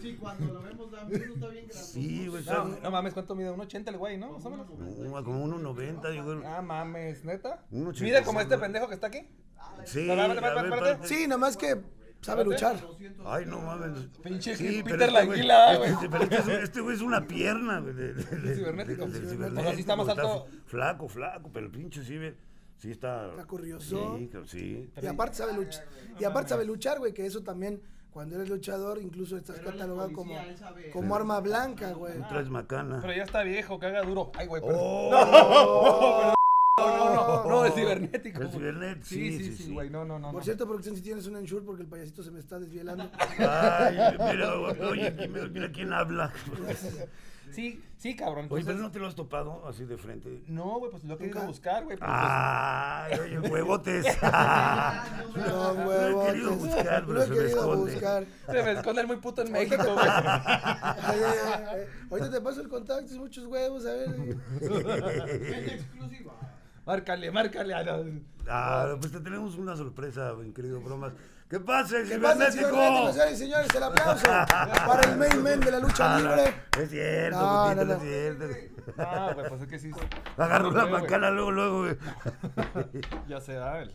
Speaker 7: Sí, cuando lo vemos, la mano está bien grande.
Speaker 5: Sí, güey,
Speaker 1: No,
Speaker 5: está-
Speaker 1: no mames, ¿cuánto mide? Un 80 el güey, ¿no? Más o menos.
Speaker 5: no, como 1.90, yo creo.
Speaker 1: Ah, mames, neta.
Speaker 5: Un ochenta y
Speaker 1: Mira como
Speaker 5: cinco.
Speaker 1: este pendejo que está aquí.
Speaker 5: Sí,
Speaker 1: Vale, vale, vale,
Speaker 5: a ver,
Speaker 1: vale.
Speaker 5: párate.
Speaker 2: Sí, nada más que sabe luchar.
Speaker 5: Ay, no mames.
Speaker 1: Pinche Peter
Speaker 5: Sí, pero este
Speaker 1: la
Speaker 5: güey-
Speaker 1: Anguila, güey.
Speaker 5: Este, pero este es un- este güey es una pierna, güey. de- de- de-
Speaker 1: Cibernético.
Speaker 5: de- de- de-
Speaker 1: Cibernético. O sea, sí está más
Speaker 5: cibernético,
Speaker 1: alto.
Speaker 5: está Flaco, flaco, pero el pinche sí, ve- sí está.
Speaker 2: Está curioso.
Speaker 5: Sí, cabrón, sí.
Speaker 2: Y aparte sabe luchar. Y aparte sabe luchar, güey, que eso también, cuando eres luchador, incluso estás
Speaker 7: Pero él es
Speaker 2: catalogado como,
Speaker 7: policía, él sabe.
Speaker 2: como arma blanca, güey.
Speaker 5: Tú traes macana.
Speaker 1: Pero ya está viejo, que haga duro. Ay, güey, pero.
Speaker 5: ¡Oh!
Speaker 1: No, no, no, es cibernético.
Speaker 5: El
Speaker 1: güey.
Speaker 5: cibernet, sí, sí, sí.
Speaker 1: güey. No, no, no.
Speaker 2: Por
Speaker 1: no.
Speaker 2: cierto, producción, si tienes un ensure porque el payasito se me está desvielando.
Speaker 5: Ay, mira, oye, aquí me- mira quién
Speaker 2: *laughs*
Speaker 5: habla.
Speaker 1: Sí, sí, cabrón.
Speaker 5: Oye, pero
Speaker 1: entonces-
Speaker 5: no te lo has topado así de frente.
Speaker 1: No, güey, pues lo que he ido a
Speaker 2: Nunca.
Speaker 1: buscar, güey. pero pues-
Speaker 5: Ah. Ay, oye,
Speaker 1: *laughs*
Speaker 5: huevotes. *laughs*
Speaker 2: No,
Speaker 5: he
Speaker 2: huevo.
Speaker 5: querido buscar, pero
Speaker 2: pues, No he
Speaker 5: se me
Speaker 2: querido
Speaker 1: *laughs*
Speaker 5: esconde.
Speaker 2: buscar.
Speaker 1: pues, Se me esconde el muy puto en México, güey.
Speaker 5: *laughs*
Speaker 2: Ay, ay, ay, ay. Ahorita te paso el contacto, es muchos huevos, a ver.
Speaker 7: Es exclusiva.
Speaker 1: Márcale, márcale. a la-
Speaker 5: Ah, pues te tenemos una sorpresa, mi querido bromas. ¿Qué pasa,
Speaker 2: Que pase el cibernético,
Speaker 5: cibernético?
Speaker 2: señores y señores, el aplauso Pues, eh, para el main man de la
Speaker 5: Ah.
Speaker 2: lucha libre.
Speaker 5: Es cierto,
Speaker 2: No,
Speaker 5: Putito,
Speaker 2: no,
Speaker 5: es cierto.
Speaker 1: Ah, güey, pues es que sí.
Speaker 5: Agarró
Speaker 1: Sí,
Speaker 5: la
Speaker 1: güey.
Speaker 5: macana luego, luego, güey. *laughs*
Speaker 1: Ya se da el.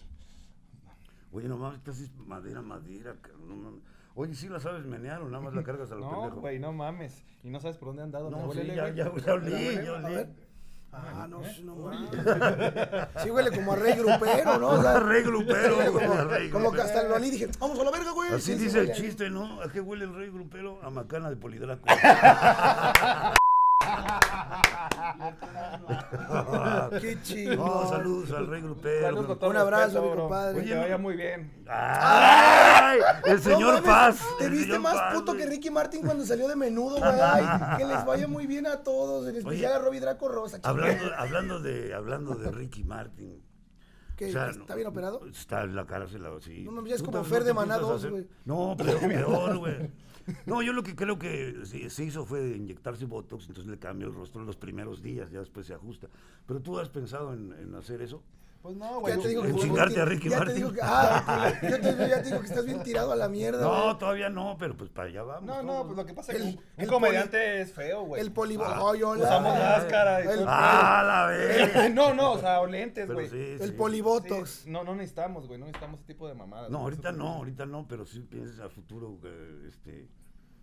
Speaker 5: Oye, no mames, estás madera, madera, cabrón, no mames. Oye, sí la sabes menear o nada más la cargas
Speaker 1: *laughs*
Speaker 5: al
Speaker 1: No,
Speaker 5: pendejo.
Speaker 1: güey, no mames. Y no sabes por dónde han dado.
Speaker 5: No, sí, ya, ya, ya olí, ya olí.
Speaker 2: Ah, no,
Speaker 1: ¿eh?
Speaker 2: no mames. Sí huele como a rey grupero, ¿no? O sea,
Speaker 5: Arreglo, pero, güey, arreglo,
Speaker 2: como que
Speaker 5: pero.
Speaker 2: hasta lo olí y dije, vamos a la verga, güey.
Speaker 5: Así
Speaker 2: Sí, sí,
Speaker 5: dice el
Speaker 2: huele.
Speaker 5: chiste, ¿no? ¿A qué huele el rey grupero? A macana de polidraco.
Speaker 2: *laughs* Qué chido.
Speaker 5: No, saludos al rey grupero.
Speaker 2: Un abrazo, mi compadre.
Speaker 1: Oye, que vaya muy bien.
Speaker 5: ¡Ay! El
Speaker 2: No
Speaker 5: señor
Speaker 2: mames,
Speaker 5: Paz.
Speaker 2: Te
Speaker 5: El
Speaker 2: viste
Speaker 5: señor
Speaker 2: más
Speaker 5: Paz,
Speaker 2: puto
Speaker 5: güey.
Speaker 2: que Ricky Martin cuando salió de menudo, güey.
Speaker 5: *laughs*
Speaker 2: Ay, Que les vaya muy bien a todos, en especial a Robbie Draco Rosa. chico.
Speaker 5: Hablando, hablando, de, hablando de Ricky Martin.
Speaker 2: ¿Qué?
Speaker 5: o sea, pues,
Speaker 2: ¿Está bien operado?
Speaker 5: Está en la cara, se la sí.
Speaker 2: No mames, ya es
Speaker 5: Tú
Speaker 2: como
Speaker 5: también
Speaker 2: Fer
Speaker 5: no
Speaker 2: de
Speaker 5: te
Speaker 2: Maná
Speaker 5: piensas
Speaker 2: 2,
Speaker 5: hacer-
Speaker 2: güey.
Speaker 5: No,
Speaker 2: *laughs*
Speaker 5: pero peor, güey. No, yo lo que creo que se se hizo fue inyectarse Botox, entonces le cambió el rostro los primeros días, ya después se ajusta. Pero tú has pensado en, en hacer eso.
Speaker 1: Pues no, güey.
Speaker 2: Ya te digo que
Speaker 5: En
Speaker 2: estás bien
Speaker 5: chingarte a
Speaker 2: tir-
Speaker 5: Ricky
Speaker 2: ya te
Speaker 5: Martin.
Speaker 2: digo que, ah, yo te, yo ya te digo que estás bien tirado a la mierda. güey.
Speaker 5: No, todavía no, pero pues para allá vamos.
Speaker 1: No, no, pues lo que pasa es que
Speaker 2: El-
Speaker 1: un, un
Speaker 2: el
Speaker 1: comediante es feo,
Speaker 5: pues,
Speaker 1: güey.
Speaker 2: El polibo. Ay, hola.
Speaker 1: Usamos máscara y
Speaker 2: El-
Speaker 1: todo. *laughs*
Speaker 5: ¡Ah, la
Speaker 2: *laughs*
Speaker 5: vez!
Speaker 1: no, no, o sea, o lentes,
Speaker 5: Pero
Speaker 1: güey.
Speaker 5: sí,
Speaker 2: El
Speaker 5: sí.
Speaker 2: polibotox.
Speaker 1: Sí, No, no necesitamos, güey, no necesitamos ese tipo de mamadas.
Speaker 5: No,
Speaker 1: güey,
Speaker 5: ahorita
Speaker 1: eso-
Speaker 5: no, ahorita no, pero sí piensas a futuro eh, este,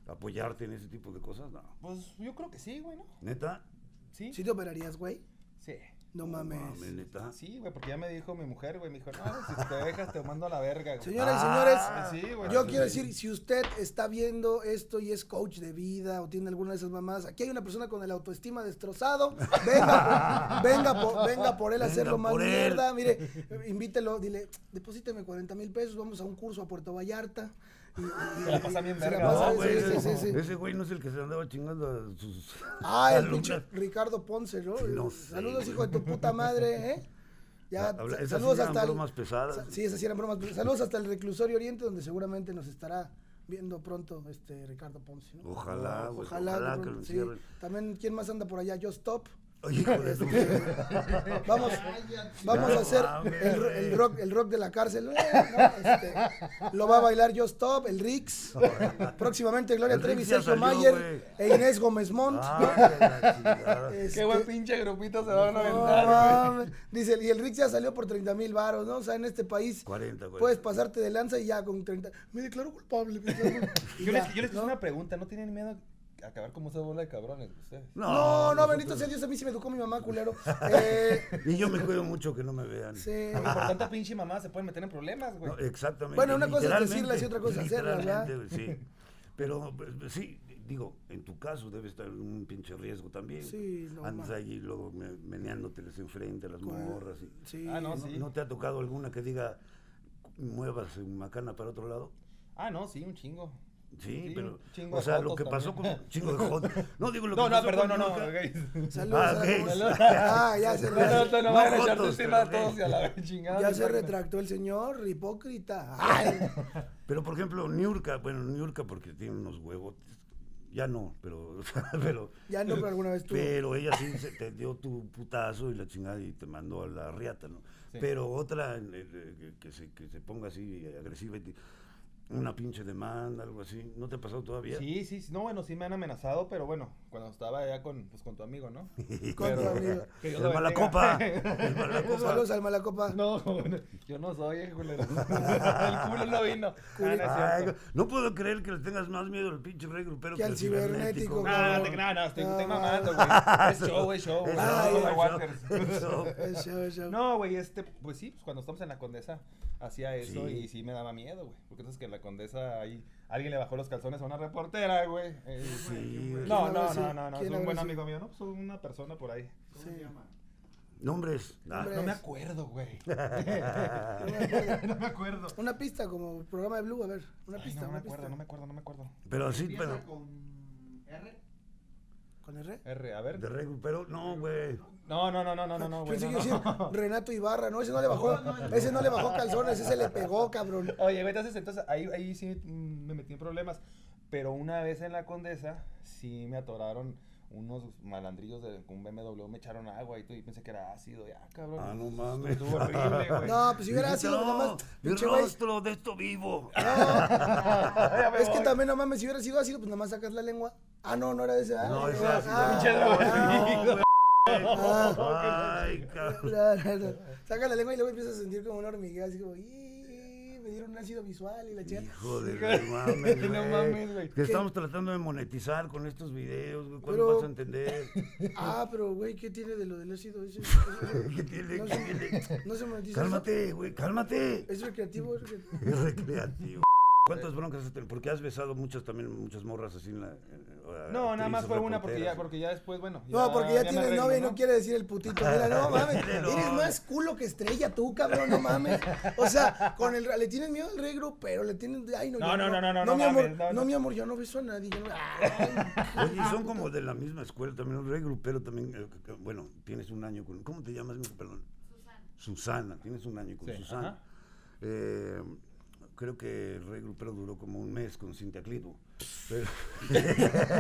Speaker 5: apoyarte en ese tipo de cosas, no.
Speaker 1: Pues yo creo que sí, güey, ¿no?
Speaker 5: ¿Neta?
Speaker 1: Sí.
Speaker 2: ¿Sí te operarías, güey?
Speaker 1: Sí.
Speaker 2: No
Speaker 5: Mames,
Speaker 2: mames.
Speaker 5: neta.
Speaker 1: Sí, güey, porque ya me dijo mi mujer, güey, me dijo, no, si te dejas te mando a la verga, güey.
Speaker 2: Señoras
Speaker 5: Ah,
Speaker 2: y señores,
Speaker 1: sí, güey.
Speaker 2: yo quiero decir, si usted está viendo esto y es coach de vida o tiene alguna de esas mamás, aquí hay una persona con el autoestima destrozado,
Speaker 5: *laughs*
Speaker 2: venga, venga, por, venga por él a
Speaker 5: Venga
Speaker 2: hacerlo más
Speaker 5: por él.
Speaker 2: mierda, mire, invítelo, dile, deposíteme 40 mil pesos, vamos a un curso a Puerto Vallarta. Y, y-
Speaker 1: Se la pasa bien
Speaker 2: se la
Speaker 1: verga,
Speaker 2: pasa-
Speaker 5: No,
Speaker 1: sí,
Speaker 5: güey,
Speaker 2: sí,
Speaker 5: ese-
Speaker 2: sí, sí, sí.
Speaker 5: ese güey no es el que se andaba chingando a sus
Speaker 2: Ah,
Speaker 5: *laughs*
Speaker 2: el
Speaker 5: alumnas.
Speaker 2: pinche Ricardo Ponce, ¿no?
Speaker 5: No sé,
Speaker 2: saludos,
Speaker 5: güey.
Speaker 2: hijo de tu puta madre, ¿eh? Ya,
Speaker 5: Habla-
Speaker 2: sa-
Speaker 5: esas
Speaker 2: saludos
Speaker 5: sí eran
Speaker 2: hasta el-
Speaker 5: bromas pesadas.
Speaker 2: sa- Sí, esas sí eran bromas pesadas. Saludos hasta el reclusorio oriente, donde seguramente nos estará viendo pronto este Ricardo Ponce, ¿no?
Speaker 5: Ojalá, güey,
Speaker 2: Ojalá,
Speaker 5: ojalá
Speaker 2: de
Speaker 5: que
Speaker 2: pronto,
Speaker 5: lo
Speaker 2: sí.
Speaker 5: encierren.
Speaker 2: También, ¿quién más anda por allá? Yo Stop.
Speaker 5: Oye, hijo de tu-
Speaker 2: *laughs* Vamos, vamos
Speaker 5: No
Speaker 2: a hacer
Speaker 5: mames,
Speaker 2: el, ro-
Speaker 5: güey.
Speaker 2: el rock, el rock de la cárcel. eh, ¿no? Este, lo va a bailar Yo Stop, el Rix. Próximamente Gloria
Speaker 5: El Rix
Speaker 2: Trevi,
Speaker 5: ya
Speaker 2: Sergio
Speaker 5: salió,
Speaker 2: Mayer e Inés Gómez Mont.
Speaker 5: Ah, de la chingada.
Speaker 2: Este,
Speaker 1: Qué buen pinche grupito se van a
Speaker 2: no
Speaker 1: aventar, güey.
Speaker 2: mames. Dice, y el Rix ya salió por 30 mil varos, ¿no? O sea, en este país
Speaker 5: 40,
Speaker 1: Pues.
Speaker 5: 40.
Speaker 2: puedes pasarte de lanza y ya con 30. Me declaro culpable. me
Speaker 1: *laughs*
Speaker 2: declaro culpable. Y
Speaker 1: Yo les,
Speaker 2: ya,
Speaker 1: yo les hice
Speaker 2: ¿no?
Speaker 1: una pregunta, ¿no tienen miedo a acabar como esa bola de cabrones ustedes?
Speaker 2: No, no,
Speaker 5: nosotros-
Speaker 2: bendito sea Dios, a mí sí me educó mi mamá,
Speaker 1: *laughs*
Speaker 2: culero. Eh,
Speaker 5: Y yo me cuido mucho que no me vean.
Speaker 2: sí.
Speaker 1: Porque por tanta pinche mamá se pueden meter en problemas, güey.
Speaker 5: No,
Speaker 2: eh.
Speaker 5: exactamente.
Speaker 2: Bueno, una cosa es
Speaker 5: literalmente,
Speaker 2: decirlas y otra cosa es hacerlas, ¿verdad?
Speaker 5: literalmente,
Speaker 2: *laughs*
Speaker 5: Sí. Pero pues, sí, digo, en tu caso debe estar en un pinche riesgo también.
Speaker 2: Sí, no
Speaker 5: Andas
Speaker 2: mames.
Speaker 5: allí luego me- meneándoteles enfrente a las morras. Y,
Speaker 2: Sí.
Speaker 1: Ah, no,
Speaker 5: ¿No,
Speaker 1: sí.
Speaker 5: no te ha tocado alguna que diga, muévase macana para otro lado?
Speaker 1: Ah, no, sí, un chingo.
Speaker 5: Sí,
Speaker 1: Sí,
Speaker 5: pero.
Speaker 1: un chingo
Speaker 5: O
Speaker 1: de
Speaker 5: sea, lo
Speaker 1: jotos
Speaker 5: que pasó
Speaker 1: también.
Speaker 5: con. Chingo de jotos. No, digo
Speaker 1: *laughs*
Speaker 5: lo
Speaker 1: No,
Speaker 5: que
Speaker 1: no,
Speaker 5: pasó
Speaker 1: perdón, no,
Speaker 5: con
Speaker 1: no.
Speaker 5: Yolka.
Speaker 2: *laughs*
Speaker 1: ok.
Speaker 2: Saludos.
Speaker 5: Ah,
Speaker 2: saludos.
Speaker 5: gays.
Speaker 1: Saludos.
Speaker 2: Ah,
Speaker 1: *laughs*
Speaker 2: ya
Speaker 1: No,
Speaker 2: se
Speaker 1: no, no, no,
Speaker 2: retractó.
Speaker 5: No
Speaker 1: vayan a echar
Speaker 5: jotos,
Speaker 1: tus temas
Speaker 5: pero,
Speaker 1: todos y a la chingada.
Speaker 2: Ya se
Speaker 1: Pac-Man.
Speaker 2: retractó el señor, hipócrita. Ay,
Speaker 5: Pero por ejemplo, Niurka, bueno, Niurka porque tiene unos huevotes. Ya no, pero. *laughs* pero
Speaker 2: ya no, pero alguna vez tú.
Speaker 5: Pero ella sí se te dio tu putazo y la chingada y te mandó a la riata, ¿no?
Speaker 1: Sí.
Speaker 5: Pero otra eh, eh, que- que se, que se ponga así eh, agresiva y te- una pinche demanda, algo así, ¿no te ha pasado todavía?
Speaker 1: Sí, sí, sí. No, bueno, sí me han amenazado, pero bueno, cuando estaba allá con, pues, con tu amigo, ¿no?
Speaker 5: *laughs*
Speaker 2: Con tu amigo.
Speaker 1: que Dios
Speaker 5: El
Speaker 1: lo
Speaker 5: mala
Speaker 1: bendiga. *laughs*
Speaker 5: copa. El mala copa.
Speaker 2: Saludos al Malacopa.
Speaker 1: No, bueno, yo no soy el culero. El culo no vino. Ah, no es
Speaker 5: Ay,
Speaker 1: cierto.
Speaker 5: no puedo creer que le tengas más miedo al pinche rey grupero
Speaker 2: Que al cibernético,
Speaker 5: güey.
Speaker 1: Ah,
Speaker 2: cabrón.
Speaker 1: te- no, no, estoy,
Speaker 2: No,
Speaker 1: estoy
Speaker 2: mames.
Speaker 1: mamando, güey. Es show, es show, güey.
Speaker 5: Eso,
Speaker 2: Ah,
Speaker 1: No,
Speaker 2: ya,
Speaker 1: no, Walkers.
Speaker 5: eso, eso.
Speaker 2: Eso, eso.
Speaker 1: No, güey, este, pues sí, pues cuando estamos en la condesa hacía eso
Speaker 5: Sí.
Speaker 1: y sí me daba miedo, güey. Porque entonces que en la condesa ahí alguien le bajó los calzones a una reportera, güey. Eh,
Speaker 5: Sí, güey.
Speaker 1: No,
Speaker 2: ¿Quién habrá
Speaker 1: no,
Speaker 2: sido?
Speaker 1: no, no, no, es
Speaker 2: ¿Quién
Speaker 1: un
Speaker 2: habrá
Speaker 1: buen
Speaker 2: sido?
Speaker 1: amigo mío, ¿no? Pues una persona por ahí.
Speaker 7: ¿Cómo se llama?
Speaker 5: Nombres. Ah,
Speaker 2: Hombre.
Speaker 1: No me acuerdo, güey.
Speaker 2: No me
Speaker 1: *laughs*
Speaker 2: acuerdo.
Speaker 1: no me acuerdo.
Speaker 2: Una pista como programa de Blue, a ver. Una
Speaker 1: Ay,
Speaker 2: pista,
Speaker 1: no, no me
Speaker 2: una
Speaker 1: acuerdo,
Speaker 2: pista.
Speaker 1: no me acuerdo, no me acuerdo.
Speaker 5: *laughs* Pero así,
Speaker 7: Empieza
Speaker 5: pero.
Speaker 7: con R.
Speaker 2: ¿Con R?
Speaker 1: R, a ver.
Speaker 5: De rey grupero, no, güey.
Speaker 1: No, no, no, no, no, no, no, güey.
Speaker 2: Pensé
Speaker 1: no,
Speaker 2: que iba a
Speaker 1: no. *laughs*
Speaker 2: decir Renato Ibarra, no, ese no le bajó, ese no le bajó calzones, ese le pegó, cabrón.
Speaker 1: Oye, güey, entonces, entonces ahí, ahí sí mm, me metí en problemas. Pero una vez en la condesa, sí me atoraron unos malandrillos de con un BMW, me echaron agua y todo, y pensé que era ácido. Ya, cabrón.
Speaker 5: Ah, no mames.
Speaker 1: Estuvo horrible,
Speaker 2: *laughs*
Speaker 1: güey.
Speaker 2: No, pues si hubiera
Speaker 5: Dijiste,
Speaker 2: sido
Speaker 5: "No,
Speaker 2: nomás,
Speaker 5: mi
Speaker 2: pinche
Speaker 5: *laughs*
Speaker 2: güey.
Speaker 5: rostro de esto
Speaker 2: *laughs*
Speaker 5: vivo. Ah,
Speaker 1: *laughs* Ya me
Speaker 2: Es que
Speaker 1: voy.
Speaker 2: también, no mames, si hubiera sido ácido, pues nomás sacas la lengua. Ah, no, no era de ese. ah,
Speaker 5: No,
Speaker 2: ah,
Speaker 5: es así.
Speaker 2: ah,
Speaker 1: Pinche drogadicto.
Speaker 5: güey. *laughs* Ay,
Speaker 2: *laughs*
Speaker 5: cabrón.
Speaker 2: No, no, no. Saca la lengua y luego empiezas a sentir como una hormiga, así como, "Ih, me dieron un ácido visual y la chica.
Speaker 5: Hijo de la
Speaker 1: *laughs*
Speaker 5: mames,
Speaker 1: No
Speaker 5: güey.
Speaker 1: mames, güey.
Speaker 5: Que estamos tratando de monetizar con estos videos, güey. ¿Cuándo
Speaker 2: Pero-
Speaker 5: vas a entender?
Speaker 2: *laughs* Ah, pero güey, ¿qué tiene de lo del ácido? Eso-
Speaker 5: *laughs* ¿Qué tiene?
Speaker 2: no,
Speaker 5: ¿Qué
Speaker 2: se,
Speaker 5: tiene?
Speaker 2: no se monetiza.
Speaker 5: Cálmate,
Speaker 1: "Ah".
Speaker 5: güey, cálmate.
Speaker 2: eso. Es recreativo. es recreativo.
Speaker 5: *laughs* Es recreativo. ¿Cuántas broncas has tenido? Porque has besado muchas también, muchas morras así en la. en- eh, o
Speaker 1: No, nada más fue
Speaker 5: actrices,
Speaker 1: una porque ya,
Speaker 5: reporteras.
Speaker 1: porque ya después, bueno.
Speaker 2: No, porque ya
Speaker 1: me
Speaker 2: tienes
Speaker 1: arreglo,
Speaker 2: novia y no quiere decir el putito. Mira,
Speaker 1: *laughs*
Speaker 2: no mames,
Speaker 5: Pero-
Speaker 2: eres más culo que estrella tú, cabrón, no mames. O sea, con el le tienes miedo al regro, pero le tienes ay no,
Speaker 1: No,
Speaker 2: yo
Speaker 1: no, no, no, no,
Speaker 2: no, mi
Speaker 1: no
Speaker 2: amor,
Speaker 1: mames, no,
Speaker 2: no,
Speaker 1: no.
Speaker 2: mi amor, yo no beso a nadie. yo no-
Speaker 1: *laughs*
Speaker 2: ay,
Speaker 5: Oye, y son como de la misma escuela también, un rey grupero también. eh, que- que- Bueno, tienes un año con. ¿Cómo te llamas, mijo? Perdón.
Speaker 6: Susana.
Speaker 5: Susana, tienes un año con
Speaker 1: Sí,
Speaker 5: Susana.
Speaker 1: ajá.
Speaker 5: Eh, creo que el Rey Grupero duró como un mes con Cintia Clitbo.
Speaker 1: *laughs*
Speaker 5: Pero, *laughs*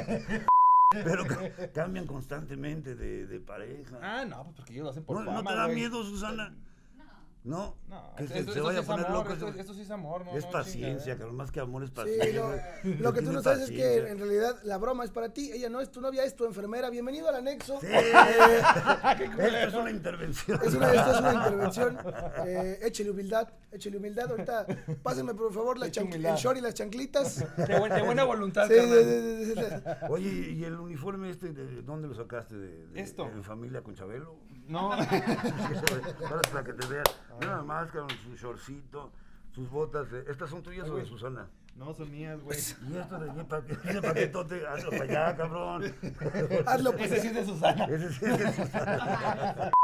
Speaker 5: pero ca- cambian constantemente de, de pareja.
Speaker 1: Ah, no, pues porque ellos lo hacen por
Speaker 5: ¿No,
Speaker 1: fama,
Speaker 5: no te da
Speaker 1: güey.
Speaker 5: miedo, Susana? No.
Speaker 1: No,
Speaker 5: que
Speaker 1: esto-
Speaker 5: se,
Speaker 1: esto-
Speaker 5: se
Speaker 1: esto
Speaker 5: vaya
Speaker 1: sí
Speaker 5: a poner
Speaker 1: es amor,
Speaker 5: loco.
Speaker 1: esto-
Speaker 5: ese-
Speaker 1: esto sí es amor, no,
Speaker 5: Es
Speaker 1: no,
Speaker 5: paciencia,
Speaker 1: chingadera.
Speaker 5: cabrón. Más que amor es
Speaker 1: Pues
Speaker 2: Sí,
Speaker 5: paciencia.
Speaker 2: lo,
Speaker 5: güey.
Speaker 2: *laughs* lo que tú
Speaker 5: Tienes
Speaker 2: no sabes es que
Speaker 5: paciencia. *laughs*
Speaker 2: en realidad la broma es para ti, ella no es tu novia, es tu enfermera. Bienvenido al anexo.
Speaker 5: Sí.
Speaker 2: Eh,
Speaker 1: Ah,
Speaker 5: Esta es una intervención.
Speaker 2: Es una, esta es una intervención. Eh, échele humildad, échele humildad. Ahorita, pásenme por favor la
Speaker 1: Eche
Speaker 2: chan-
Speaker 1: humildad.
Speaker 2: el short y las chanclitas.
Speaker 1: De, buen- de buena voluntad,
Speaker 2: Sí,
Speaker 1: carnal.
Speaker 2: sí, sí, sí, sí.
Speaker 1: *laughs*
Speaker 5: *laughs* Oye, ¿y el uniforme este, de, dónde lo sacaste? ¿De, de-
Speaker 1: Esto.
Speaker 5: ¿En familia con Chabelo? *laughs*
Speaker 1: No, *laughs*
Speaker 5: Ahora es para que te veas.
Speaker 1: Ah.
Speaker 5: Nada más, cabrón, su shortcito, sus botas. eh, ¿Estas son tuyas o de Susana?
Speaker 1: no son mías, güey.
Speaker 5: *laughs* Y esto de aquí, pa- ese paquetote, hazlo para allá, cabrón.
Speaker 1: *laughs*
Speaker 2: Hazlo, pues.
Speaker 1: Ese sí es de Susana.
Speaker 5: Ese sí es de Susana. *laughs*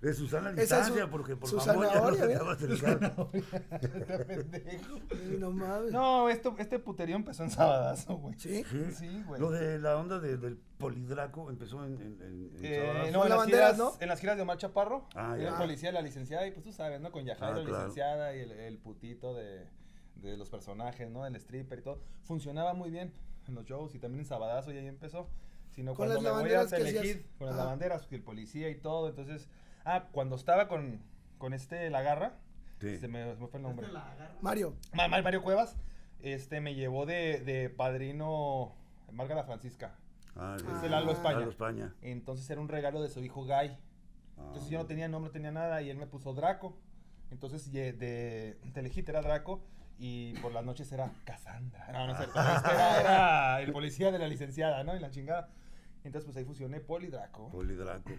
Speaker 5: De Susana a
Speaker 2: Esa es
Speaker 5: distancia,
Speaker 2: su-
Speaker 5: porque por
Speaker 2: su
Speaker 5: favor ya no
Speaker 2: zanahoria,
Speaker 5: se te
Speaker 2: ¿verdad?
Speaker 5: va a
Speaker 2: *laughs*
Speaker 5: acercar.
Speaker 2: Sí, No mames.
Speaker 1: No, esto, este puterío empezó en Sabadazo, güey.
Speaker 2: ¿Sí?
Speaker 1: Sí, güey.
Speaker 5: Lo de la onda de- del polidraco empezó en, en, en- en
Speaker 1: Eh,
Speaker 5: Sabadazo.
Speaker 1: no,
Speaker 2: Con
Speaker 1: en
Speaker 2: la
Speaker 1: las,
Speaker 2: bandera,
Speaker 1: giras,
Speaker 2: ¿no?
Speaker 1: en las giras de Omar Chaparro,
Speaker 5: Ah,
Speaker 1: era
Speaker 5: ya.
Speaker 1: el policía, la licenciada, y pues tú sabes, ¿no? Con Yajaira,
Speaker 5: Ah,
Speaker 1: la
Speaker 5: claro.
Speaker 1: licenciada, y el, el putito de, de los personajes, ¿no? El stripper y todo. Funcionaba muy bien en los shows y también en Sabadazo y ahí empezó. Sino
Speaker 2: Con
Speaker 1: cuando
Speaker 2: las
Speaker 1: me voy a
Speaker 2: lavanderas que hacías.
Speaker 1: Telehit, con las
Speaker 2: Ah.
Speaker 1: lavanderas, que el policía y todo. Entonces, ah, cuando estaba con, con este La Garra,
Speaker 5: Sí.
Speaker 1: se me, se me fue el nombre.
Speaker 7: Este la agarra.
Speaker 2: Mario,
Speaker 1: Ma- Ma- Mario Cuevas, este me llevó de, de padrino Márgara Francisca.
Speaker 5: Ah, sí.
Speaker 1: Es el Lalo España.
Speaker 5: Lalo España.
Speaker 1: Entonces era un regalo de su hijo Guy.
Speaker 5: Ah.
Speaker 1: Entonces yo no tenía nombre, no tenía nada y él me puso Draco. Entonces ye- de Telehit era Draco y por las noches era Cassandra. No, no es cierto, este era, era el policía de la licenciada, ¿no? Y la chingada. Entonces pues ahí fusioné Poli y Draco.
Speaker 5: Polidraco.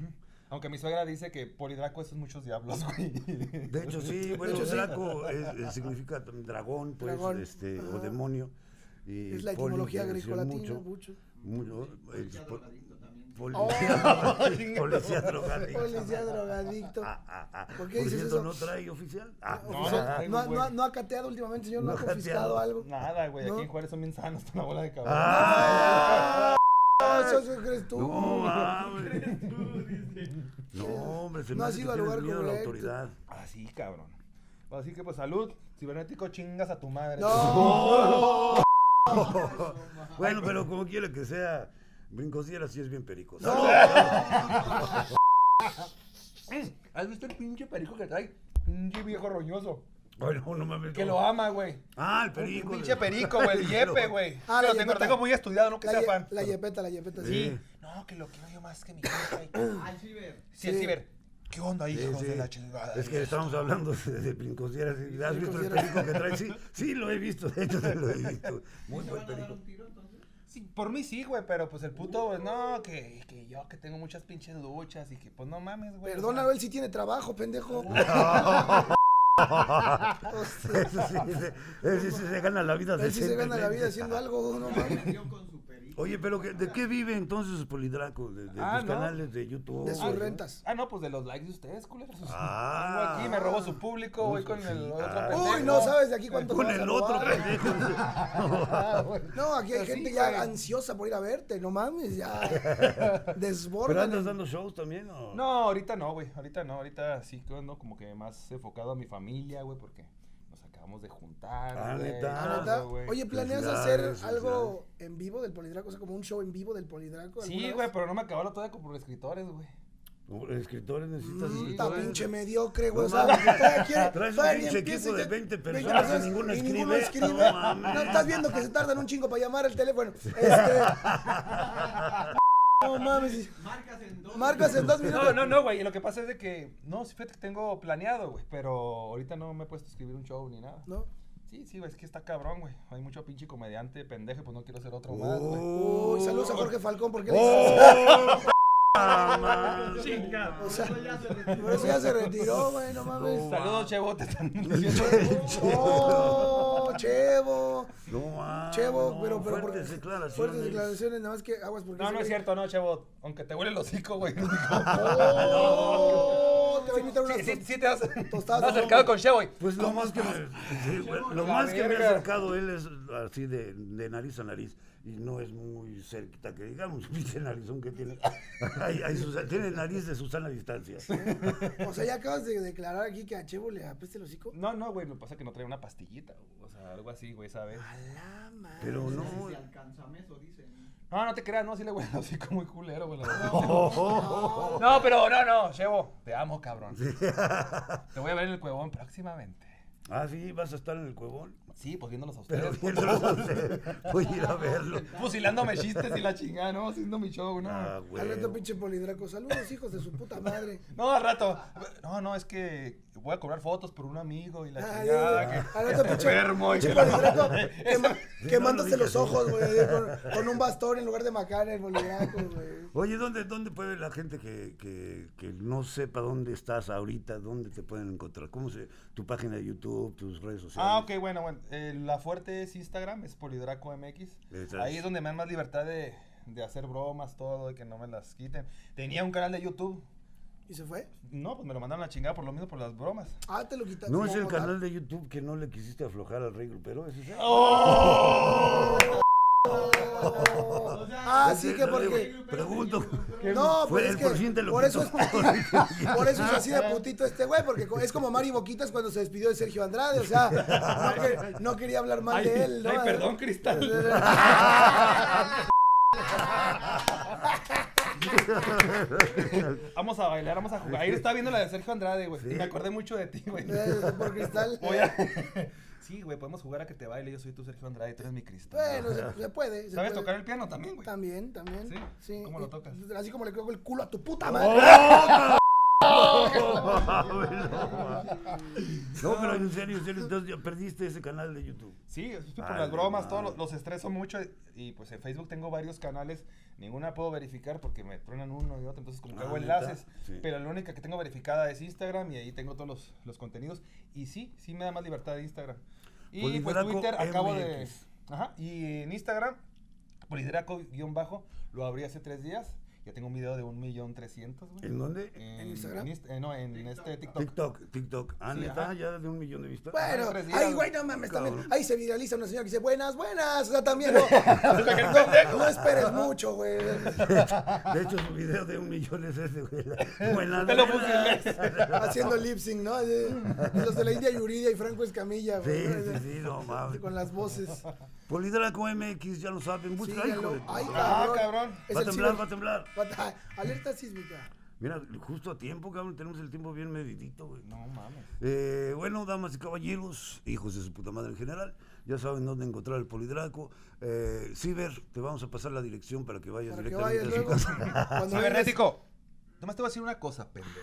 Speaker 1: Aunque mi suegra dice que Poli y Draco esos muchos diablos, güey.
Speaker 5: De hecho, sí, bueno,
Speaker 2: hecho, sí.
Speaker 5: Draco es- es- significa tam- dragón, pues,
Speaker 2: Dragón,
Speaker 5: este,
Speaker 2: ajá.
Speaker 5: o demonio. Y
Speaker 2: es la
Speaker 5: poli
Speaker 2: etimología
Speaker 5: quiere decir
Speaker 2: grecolatina,
Speaker 5: mucho,
Speaker 2: mucho.
Speaker 5: mucho, el
Speaker 7: Policía
Speaker 5: po-
Speaker 7: drogadicto también.
Speaker 5: *laughs* poli-
Speaker 2: *laughs*
Speaker 1: Oh.
Speaker 5: policía drogadicto. *laughs*
Speaker 2: Policía drogadicto.
Speaker 5: Ah, ah, ah.
Speaker 2: ¿Por qué dices
Speaker 5: cierto,
Speaker 2: eso?
Speaker 5: no trae oficial? Ah,
Speaker 1: Oficial.
Speaker 5: ah, ah.
Speaker 2: No, ha- no ha- no ha cateado últimamente, señor, no,
Speaker 5: No
Speaker 2: ha
Speaker 5: ha
Speaker 2: confiscado
Speaker 5: cateado.
Speaker 2: algo.
Speaker 1: *laughs* Nada, güey,
Speaker 2: No.
Speaker 1: aquí en Juárez son bien sanos con la bola de cabrón.
Speaker 5: Ah,
Speaker 2: No, eso, eso crees tú.
Speaker 5: No, ah, mames. No, hombre, se
Speaker 2: No
Speaker 5: me
Speaker 2: has
Speaker 5: hace que
Speaker 2: ido
Speaker 5: tienes
Speaker 2: al lugar
Speaker 5: miedo a la
Speaker 2: correcto.
Speaker 5: autoridad.
Speaker 1: Así, cabrón. Así que pues salud, cibernético chingas a tu madre.
Speaker 2: No.
Speaker 5: Oh, Bueno, pero como quiera que sea, Brincosiera sí es bien perico.
Speaker 1: ¿Has visto el pinche perico que trae? *laughs* Pinche viejo roñoso.
Speaker 5: Ay, no, no mames.
Speaker 1: Que
Speaker 5: no.
Speaker 1: lo ama, güey.
Speaker 5: Ah, el
Speaker 1: Un
Speaker 5: perico.
Speaker 1: pinche
Speaker 5: *laughs*
Speaker 1: perico, güey.
Speaker 2: *laughs*
Speaker 1: El yepe, güey.
Speaker 2: Ah,
Speaker 1: Que
Speaker 2: la
Speaker 1: lo tengo,
Speaker 2: yepeta.
Speaker 1: tengo muy estudiado, no que
Speaker 2: La,
Speaker 1: sea
Speaker 2: ye-
Speaker 1: fan.
Speaker 2: la yepeta, la yepeta. Sí.
Speaker 5: Sí.
Speaker 1: No, que lo quiero yo más que mi hija. y-
Speaker 2: *laughs*
Speaker 7: Al Ah, ciber.
Speaker 1: Sí, el
Speaker 2: Sí.
Speaker 1: ciber. ¿Qué onda,
Speaker 5: Sí,
Speaker 1: hijos
Speaker 5: sí.
Speaker 1: de la chingada?
Speaker 5: Es que estábamos hablando de, de brincosiera. sí. ¿Has visto el
Speaker 2: Brincosiera.
Speaker 5: perico que trae? Sí, sí, lo he visto. De hecho, sí lo he visto. Muy
Speaker 7: ¿Se
Speaker 5: buen *laughs*
Speaker 7: van a dar
Speaker 5: perico.
Speaker 7: un tiro entonces?
Speaker 1: Sí, por mí sí, güey, pero pues el puto, pues, no, que, que yo que tengo muchas pinches luchas y que pues no mames, güey. o
Speaker 2: Perdónalo, él sí tiene trabajo, pendejo.
Speaker 5: Ah,
Speaker 2: O sea,
Speaker 5: Eso sí, *laughs* ese- ese sí se gana la vida.
Speaker 2: él sí se gana la
Speaker 5: decentemente.
Speaker 2: vida haciendo algo, no mames.
Speaker 7: Yo con su perico.
Speaker 5: Oye, pero que- ¿de qué vive entonces Polidraco? ¿De, de
Speaker 1: Ah,
Speaker 5: sus
Speaker 1: ¿no?
Speaker 5: canales de YouTube?
Speaker 2: De sus
Speaker 5: ¿no?
Speaker 2: rentas.
Speaker 1: Ah, no, pues de los likes de ustedes, culeros.
Speaker 5: Ah.
Speaker 1: Vengo aquí, me robó su público, voy con el
Speaker 5: sí.
Speaker 1: otro
Speaker 5: Ah.
Speaker 1: pendejo.
Speaker 2: Uy, no sabes de aquí cuánto
Speaker 5: Con
Speaker 2: vas a
Speaker 5: el otro
Speaker 2: robar.
Speaker 5: pendejo.
Speaker 2: *laughs* No, aquí hay
Speaker 1: Así,
Speaker 2: gente ya
Speaker 1: güey.
Speaker 2: ansiosa por ir a verte, no mames, ya.
Speaker 5: *laughs* ¿Pero
Speaker 2: Desbordan.
Speaker 5: andas dando shows también? o?
Speaker 1: No, ahorita no, güey. Ahorita no, ahorita sí que ando como que más enfocado a mi familia, güey, porque nos acabamos de juntar.
Speaker 5: Ah,
Speaker 1: güey,
Speaker 5: ¿neta?
Speaker 1: todo,
Speaker 5: Ah,
Speaker 2: ¿Neta?
Speaker 1: güey.
Speaker 2: Oye, ¿planeas hacer
Speaker 5: Felicidades,
Speaker 2: algo en vivo del Polidraco? O sea, como un show en vivo del Polidraco.
Speaker 1: Sí,
Speaker 2: alguna
Speaker 1: güey,
Speaker 2: vez?
Speaker 1: pero no me acabó la toda con por escritores, güey.
Speaker 5: Escritores necesitas
Speaker 1: Mm,
Speaker 2: Puta
Speaker 5: escritores.
Speaker 2: pinche mediocre, güey.
Speaker 5: No
Speaker 2: o sea,
Speaker 5: mames.
Speaker 2: todavía quiere-
Speaker 5: Traes un
Speaker 2: todavía ni
Speaker 5: pinche
Speaker 2: empieza
Speaker 5: equipo
Speaker 2: y
Speaker 5: de
Speaker 2: ya-
Speaker 5: 20 personas y ninguno
Speaker 2: y ninguno
Speaker 5: escribe.
Speaker 2: escribe.
Speaker 5: No mames.
Speaker 2: No, estás viendo que se tardan un chingo para llamar el teléfono.
Speaker 5: *laughs*
Speaker 2: Este. No mames.
Speaker 7: Marcas en dos.
Speaker 2: Marcas en dos
Speaker 1: No,
Speaker 2: minutos.
Speaker 1: no, no, güey. y Lo que pasa es de que, no, sí, fíjate que tengo planeado, güey, pero ahorita no me he puesto a escribir un show ni nada.
Speaker 2: ¿No?
Speaker 1: Sí, sí, güey, es que está cabrón, güey. Hay mucho pinche comediante pendejo, y pues no quiero ser otro más, güey.
Speaker 5: Oh.
Speaker 2: Uy, saludos a Jorge Falcón porque le hizo así.
Speaker 5: Oh, mamá. *laughs*
Speaker 7: Chingado.
Speaker 2: O sea,
Speaker 7: Eso ya se
Speaker 2: Por eso ya se retiró, güey, no mames.
Speaker 1: Saludos, Chebote.
Speaker 5: *laughs*
Speaker 2: Oh, Chevo.
Speaker 5: No mames.
Speaker 2: Chevo,
Speaker 5: no,
Speaker 2: pero, pero
Speaker 5: fuertes declaraciones.
Speaker 2: Fuertes declaraciones, nada más que aguas porque.
Speaker 1: No,
Speaker 2: ese
Speaker 1: no es
Speaker 2: güey-
Speaker 1: cierto, no, Chebot. Aunque te huele el hocico, güey. *laughs*
Speaker 2: Oh, te va a invitar unas
Speaker 1: Sí, sí,
Speaker 2: tos-
Speaker 1: sí te has, *laughs*
Speaker 2: tostadas.
Speaker 1: te has acercado con Cheboy.
Speaker 5: Pues lo más que me, *laughs* sí, güey, lo
Speaker 1: la
Speaker 5: más que me
Speaker 1: verga.
Speaker 5: ha acercado él es así de, de nariz a nariz. Y no es muy cerquita que digamos, *laughs* pinche narizón que tiene. *laughs* Ay, ay, Susa- tiene nariz de Susana Distancia.
Speaker 2: O sea, ya acabas de declarar aquí que a Chevo le apeste el hocico.
Speaker 1: No, no, güey, lo que pasa es que no trae una pastillita, o sea, algo así, güey, ¿sabes?
Speaker 2: A la madre.
Speaker 5: Pero no.
Speaker 7: No. Si alcanzame eso, dicen.
Speaker 1: No, no te creas, no, sí le huele así como muy culero, güey. la verdad.
Speaker 5: Oh,
Speaker 1: *laughs* No, pero no, no, Chebo, te amo, cabrón. *laughs* Te voy a ver en el cuevón próximamente.
Speaker 5: Ah, sí, vas a estar en el *laughs* cuevón.
Speaker 1: Sí, pues viéndolos a
Speaker 5: Pero
Speaker 1: ustedes.
Speaker 5: viéndolos a ustedes, voy a ir a verlo.
Speaker 1: *laughs* Fusilándome chistes y la chingada, ¿no? Haciendo mi show, ¿no?
Speaker 5: *laughs* Ah,
Speaker 2: Al rato
Speaker 5: güey.
Speaker 2: pinche polidraco. Saludos, hijos de su puta madre.
Speaker 1: No, al rato. No, no, es que voy a cobrar fotos por un amigo y *laughs* la
Speaker 2: Ay,
Speaker 1: chingada.
Speaker 2: ay,
Speaker 1: que
Speaker 2: ay. Al
Speaker 1: ya
Speaker 2: rato
Speaker 1: está
Speaker 2: pinche,
Speaker 1: enfermo y
Speaker 2: pinche
Speaker 1: que la-
Speaker 2: polidraco quema- quemándose
Speaker 5: no lo
Speaker 2: los ojos, güey, ahí
Speaker 5: *laughs*
Speaker 2: con, con un bastón en lugar de macana el polidraco, güey.
Speaker 5: Oye, ¿dónde, ¿dónde puede la gente que, que, que no sepa dónde estás ahorita, dónde te pueden encontrar? ¿Cómo se, tu página de YouTube, tus redes
Speaker 1: *laughs*
Speaker 5: sociales?
Speaker 1: Ah, ok, bueno, bueno. eh, la fuerte es Instagram, es Polidraco MX.
Speaker 5: Esa
Speaker 1: Ahí
Speaker 5: es.
Speaker 1: es donde me dan más libertad de, de hacer bromas, todo, de que no me las quiten. Tenía un canal de YouTube.
Speaker 2: ¿Y se fue?
Speaker 1: No, pues me lo mandaron a la chingada por lo mismo, por las bromas.
Speaker 2: Ah, te lo quitaste.
Speaker 5: ¿No es el canal de YouTube que no le quisiste aflojar al rey grupero? ¿Es ese?
Speaker 2: Oh. Ah,
Speaker 5: Pues,
Speaker 2: sí que porque.
Speaker 5: eh, Pregunto.
Speaker 2: No,
Speaker 5: Fue
Speaker 2: pues
Speaker 5: el
Speaker 2: es
Speaker 5: porciente
Speaker 2: que
Speaker 5: lo
Speaker 2: por eso, es,
Speaker 5: quitó.
Speaker 2: *laughs* por
Speaker 5: *laughs*
Speaker 2: eso es así de putito este güey, porque co- es como Mari Boquitas cuando se despidió de Sergio Andrade, o sea, no, que- no quería hablar mal
Speaker 1: Ay,
Speaker 2: de él. ¿no? eh.
Speaker 1: ay,
Speaker 2: *laughs*
Speaker 1: perdón, Cristal. Vamos a bailar, vamos a jugar. Ayer estaba viendo la de Sergio Andrade, güey. Y me acordé mucho de ti, güey.
Speaker 2: Eh, por cristal.
Speaker 1: Voy a- Este,
Speaker 5: *laughs*
Speaker 1: Sí, güey, podemos jugar a que te baile. Yo soy tu Sergio Andrade, tú eres mi Cristal.
Speaker 2: Bueno, se, se puede. se
Speaker 1: ¿Sabes
Speaker 2: puede.
Speaker 1: tocar el piano también, güey?
Speaker 2: También, también.
Speaker 1: ¿Sí?
Speaker 2: sí. pues,
Speaker 1: ¿Cómo lo tocas? Oh,
Speaker 2: Así como le cojo el culo a tu puta madre.
Speaker 5: *laughs* No, pero en serio, en serio, entonces ya perdiste ese canal de YouTube.
Speaker 1: Sí, es por
Speaker 5: Vale,
Speaker 1: las bromas, todos
Speaker 5: madre.
Speaker 1: los, los estreso mucho. y- Y pues en Facebook tengo varios canales. Ninguna puedo verificar porque me truenan uno y otro. Entonces, como que
Speaker 5: Ah,
Speaker 1: hago
Speaker 5: ¿neta?
Speaker 1: enlaces.
Speaker 5: Sí.
Speaker 1: Pero la única que tengo verificada es Instagram y ahí tengo todos los, los contenidos. Y sí, sí me da más libertad de Instagram. Y pues,
Speaker 5: Polidraco
Speaker 1: Twitter acabo de.
Speaker 5: MX.
Speaker 1: Ajá. Y en Instagram, polidraco-bajo, lo abrí hace tres días. Ya tengo un video de un millón trescientos, güey.
Speaker 5: ¿En dónde?
Speaker 1: En,
Speaker 2: Instagram?
Speaker 1: en Inst- eh, no, en este TikTok.
Speaker 5: TikTok, TikTok. Ah,
Speaker 1: Sí,
Speaker 5: neta,
Speaker 1: ajá.
Speaker 5: ya de un millón de vistas.
Speaker 2: Bueno,
Speaker 1: tres días,
Speaker 2: ay, güey,
Speaker 1: güey.
Speaker 2: no mames, también.
Speaker 5: Cabrón.
Speaker 2: Ahí se viraliza una señora que dice, buenas, buenas. O
Speaker 1: *laughs*
Speaker 2: sea, también no, no, no esperes mucho, güey.
Speaker 5: *laughs* De hecho, su video de un millón es ese, güey. Buenas,
Speaker 1: Te lo
Speaker 5: buenas.
Speaker 1: *laughs* Ah,
Speaker 2: Haciendo lip sync, ¿no? Así, Los de la India Yuridia y Franco Escamilla,
Speaker 5: Sí, sí,
Speaker 2: güey.
Speaker 5: sí, no mames.
Speaker 2: Con las voces.
Speaker 5: Polidraco MX, ya lo saben. Busca,
Speaker 2: Síganlo.
Speaker 5: hijo de
Speaker 2: Ay,
Speaker 5: puta.
Speaker 1: Ah, cabrón.
Speaker 2: Es
Speaker 5: Va a
Speaker 2: el
Speaker 5: temblar,
Speaker 2: ciber-
Speaker 5: va a temblar.
Speaker 2: Bata- Alerta sísmica.
Speaker 5: Mira, justo a tiempo, cabrón. Tenemos el tiempo bien medidito, güey.
Speaker 1: No mames.
Speaker 5: Eh, bueno, damas y caballeros, hijos de su puta madre en general, ya saben dónde encontrar el Polidraco. Eh, Ciber, te vamos a pasar la dirección para que vayas
Speaker 2: Para que
Speaker 5: directamente
Speaker 2: vayas
Speaker 5: a su
Speaker 2: luego.
Speaker 5: casa.
Speaker 2: Cuando vengas-
Speaker 1: Cibernético. Nomás te voy a decir una cosa, pendejo.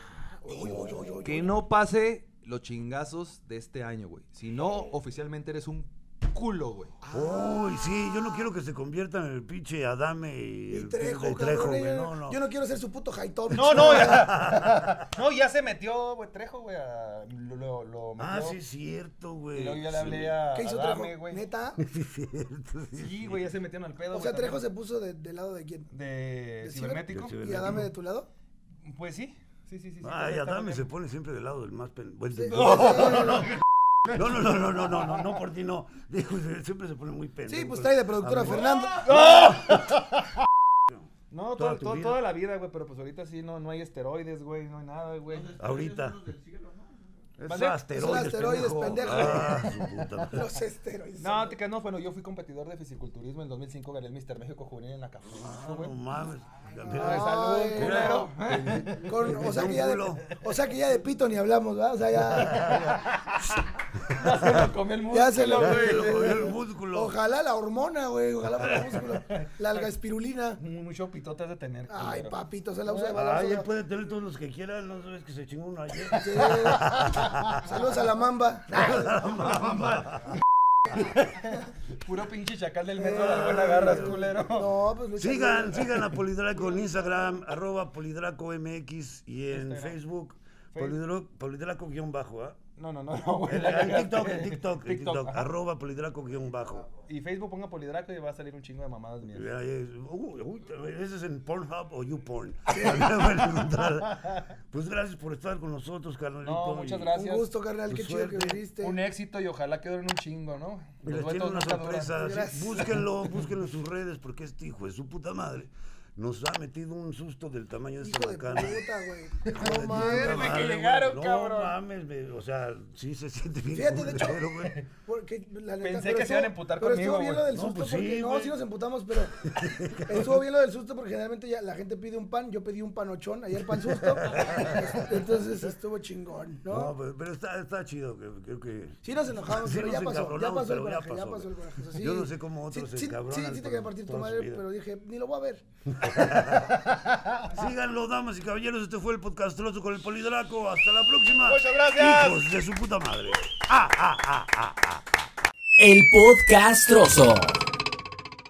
Speaker 1: Que no pase los chingazos de este año, güey. Si no, oficialmente eres un culo, güey.
Speaker 5: Uy, sí, yo no quiero que se conviertan en el pinche Adame y,
Speaker 2: Y
Speaker 5: el
Speaker 2: Trejo,
Speaker 5: pinche
Speaker 2: cabrón,
Speaker 5: güey.
Speaker 2: eh,
Speaker 5: No, no.
Speaker 2: Yo no quiero ser su puto Haitovich.
Speaker 1: No, no, *laughs* ya. No, ya se metió, güey, Trejo, güey. a- Lo, lo- lo metió.
Speaker 5: Ah, sí, es cierto,
Speaker 1: Y
Speaker 5: güey.
Speaker 1: luego yo le
Speaker 5: Sí.
Speaker 1: hablé a,
Speaker 2: ¿Qué
Speaker 1: a
Speaker 2: hizo
Speaker 1: Dame,
Speaker 2: Trejo?
Speaker 1: güey.
Speaker 2: Neta.
Speaker 5: *laughs* Sí, es cierto, sí.
Speaker 1: Sí, güey, ya se metieron al pedo,
Speaker 2: O sea,
Speaker 1: güey,
Speaker 2: Trejo
Speaker 1: también.
Speaker 2: se puso de- del lado de quién.
Speaker 1: De
Speaker 2: ¿De
Speaker 1: cibernético.
Speaker 5: ciber-
Speaker 2: ¿Y Adame de Ah, tu lado?
Speaker 1: Pues sí. Sí, sí, sí. sí,
Speaker 5: Ay,
Speaker 1: está
Speaker 5: Adame
Speaker 1: bien.
Speaker 5: se pone siempre del lado del más pen... bueno, *laughs*
Speaker 2: Sí.
Speaker 5: del- No,
Speaker 2: *laughs*
Speaker 5: no, no, no, no, no, no, no, no por ti no. *laughs* Digo, siempre se pone muy pendejo.
Speaker 2: Sí, pues trae de productora a
Speaker 5: Adame. *laughs*
Speaker 2: Fernando.
Speaker 1: No,
Speaker 5: toda
Speaker 1: todo-
Speaker 5: tu
Speaker 1: todo-
Speaker 5: vida.
Speaker 1: toda la vida, güey, pero pues ahorita sí no, no hay esteroides, güey, no hay nada, güey.
Speaker 5: Ahorita. Es
Speaker 1: ¿Mande?
Speaker 5: asteroides,
Speaker 2: Son asteroides, pendejo.
Speaker 5: Ah, su puta
Speaker 2: *laughs*
Speaker 5: madre.
Speaker 2: Los esteroides.
Speaker 1: No, te no, bueno, yo fui competidor de fisiculturismo en 2005, gané el Mister México juvenil en la caja.
Speaker 5: Ah, No mames.
Speaker 2: Ah,
Speaker 5: *laughs*
Speaker 1: Ay, salud,
Speaker 2: Ay,
Speaker 1: culero.
Speaker 2: Con- o, sea que ya de,
Speaker 5: Culo.
Speaker 2: o sea que ya de pito ni hablamos, ¿verdad? O sea, ya.
Speaker 1: *laughs*
Speaker 5: *laughs*
Speaker 1: Ya se lo comió el mundo.
Speaker 2: Ya se lo-
Speaker 5: Ya se lo comió el músculo.
Speaker 2: Ojalá la hormona, güey. Ojalá fuera músculo. La alga espirulina.
Speaker 1: Mucho pitote has de tener.
Speaker 2: Ay,
Speaker 1: culero.
Speaker 2: papito, se la usa de
Speaker 5: Ay, pues.
Speaker 2: balazos.
Speaker 5: él puede tener todos los que quiera, no sabes que se chingó uno ayer. *laughs*
Speaker 2: Sí. Saludos a la mamba.
Speaker 1: Puro pinche chacal del metro de alguna agarras, culero.
Speaker 2: Eh, No, pues Luis
Speaker 5: Sigan, sigan a Polidraco en Instagram, arroba Polidraco MX y en Facebook, Polidro- Polidraco guión bajo,
Speaker 1: *laughs*
Speaker 5: ¿ah?
Speaker 1: No, no, no, no, güey.
Speaker 5: En
Speaker 1: la
Speaker 5: en
Speaker 1: cagaste.
Speaker 5: TikTok, en TikTok, en TikTok,
Speaker 1: ajá.
Speaker 5: arroba Polidraco guión bajo.
Speaker 1: Y Facebook ponga polidraco y va a salir un chingo de mamadas mías.
Speaker 5: Ya, ya, es- uy, uy, ese es en Pornhub o
Speaker 1: *laughs*
Speaker 5: YouPorn. Ahí van a encontrar. pues gracias por estar con nosotros, carnalito.
Speaker 1: No, muchas
Speaker 5: y-
Speaker 1: gracias.
Speaker 2: Un gusto, carnal.
Speaker 5: Pues
Speaker 2: Qué chido que
Speaker 5: suerte.
Speaker 2: viniste.
Speaker 1: Un éxito y ojalá que duren un chingo, ¿no?
Speaker 5: Y
Speaker 1: Los
Speaker 5: les tiene
Speaker 1: duetos
Speaker 5: una
Speaker 1: nunca duran.
Speaker 5: sorpresa.
Speaker 2: Gracias.
Speaker 5: sí,
Speaker 2: *laughs*
Speaker 5: Búsquenlo, búsquenlo en sus redes porque este hijo de su puta madre nos ha metido un susto del tamaño de esta
Speaker 2: Hijo de
Speaker 5: bacana.
Speaker 2: puta,
Speaker 5: *laughs* Hijo de
Speaker 2: güey. No
Speaker 5: tu puta
Speaker 2: mames.
Speaker 1: Verga, que
Speaker 5: madre, güey.
Speaker 1: llegaron,
Speaker 5: no,
Speaker 1: cabrón.
Speaker 5: mames, me- o sea, sí se siente bien.
Speaker 2: Fíjate, de hecho,
Speaker 5: culero, güey.
Speaker 2: porque la neta-
Speaker 1: Pensé
Speaker 2: pero
Speaker 1: que se iban a
Speaker 2: estuvo-
Speaker 1: emputar
Speaker 2: pero
Speaker 1: conmigo,
Speaker 2: estuvo bien lo
Speaker 1: güey.
Speaker 2: del
Speaker 5: No,
Speaker 2: susto
Speaker 5: pues sí,
Speaker 2: porque no,
Speaker 5: güey.
Speaker 2: sí nos emputamos,
Speaker 5: *laughs*
Speaker 2: pero estuvo bien lo del susto porque generalmente ya la gente pide un pan, yo pedí un panochón, ayer
Speaker 5: *laughs*
Speaker 2: pan susto, entonces estuvo chingón, *laughs* ¿no?
Speaker 5: No, pero, pero está, está chido. que- Creo que.
Speaker 2: Sí nos enojamos,
Speaker 5: *laughs* Sí
Speaker 2: pero
Speaker 5: nos
Speaker 2: ya pasó, ya
Speaker 5: encabronamos,
Speaker 2: pasó el
Speaker 5: pero ya
Speaker 2: coraje,
Speaker 5: pasó,
Speaker 2: ya pasó el
Speaker 5: güey.
Speaker 2: coraje. o sea, sí.
Speaker 5: Yo no sé cómo otros
Speaker 2: sí,
Speaker 5: se
Speaker 2: sí,
Speaker 5: encabronan
Speaker 2: Sí, sí te
Speaker 5: por
Speaker 2: quería partir tu
Speaker 5: toda su
Speaker 2: madre,
Speaker 5: vida.
Speaker 2: pero dije, ni lo voy a ver.
Speaker 5: Síganlo, damas y caballeros. Este fue el podcastroso con el Polidraco. Hasta la próxima.
Speaker 1: Muchas gracias.
Speaker 5: Hijos de su puta madre.
Speaker 4: El podcast trozo.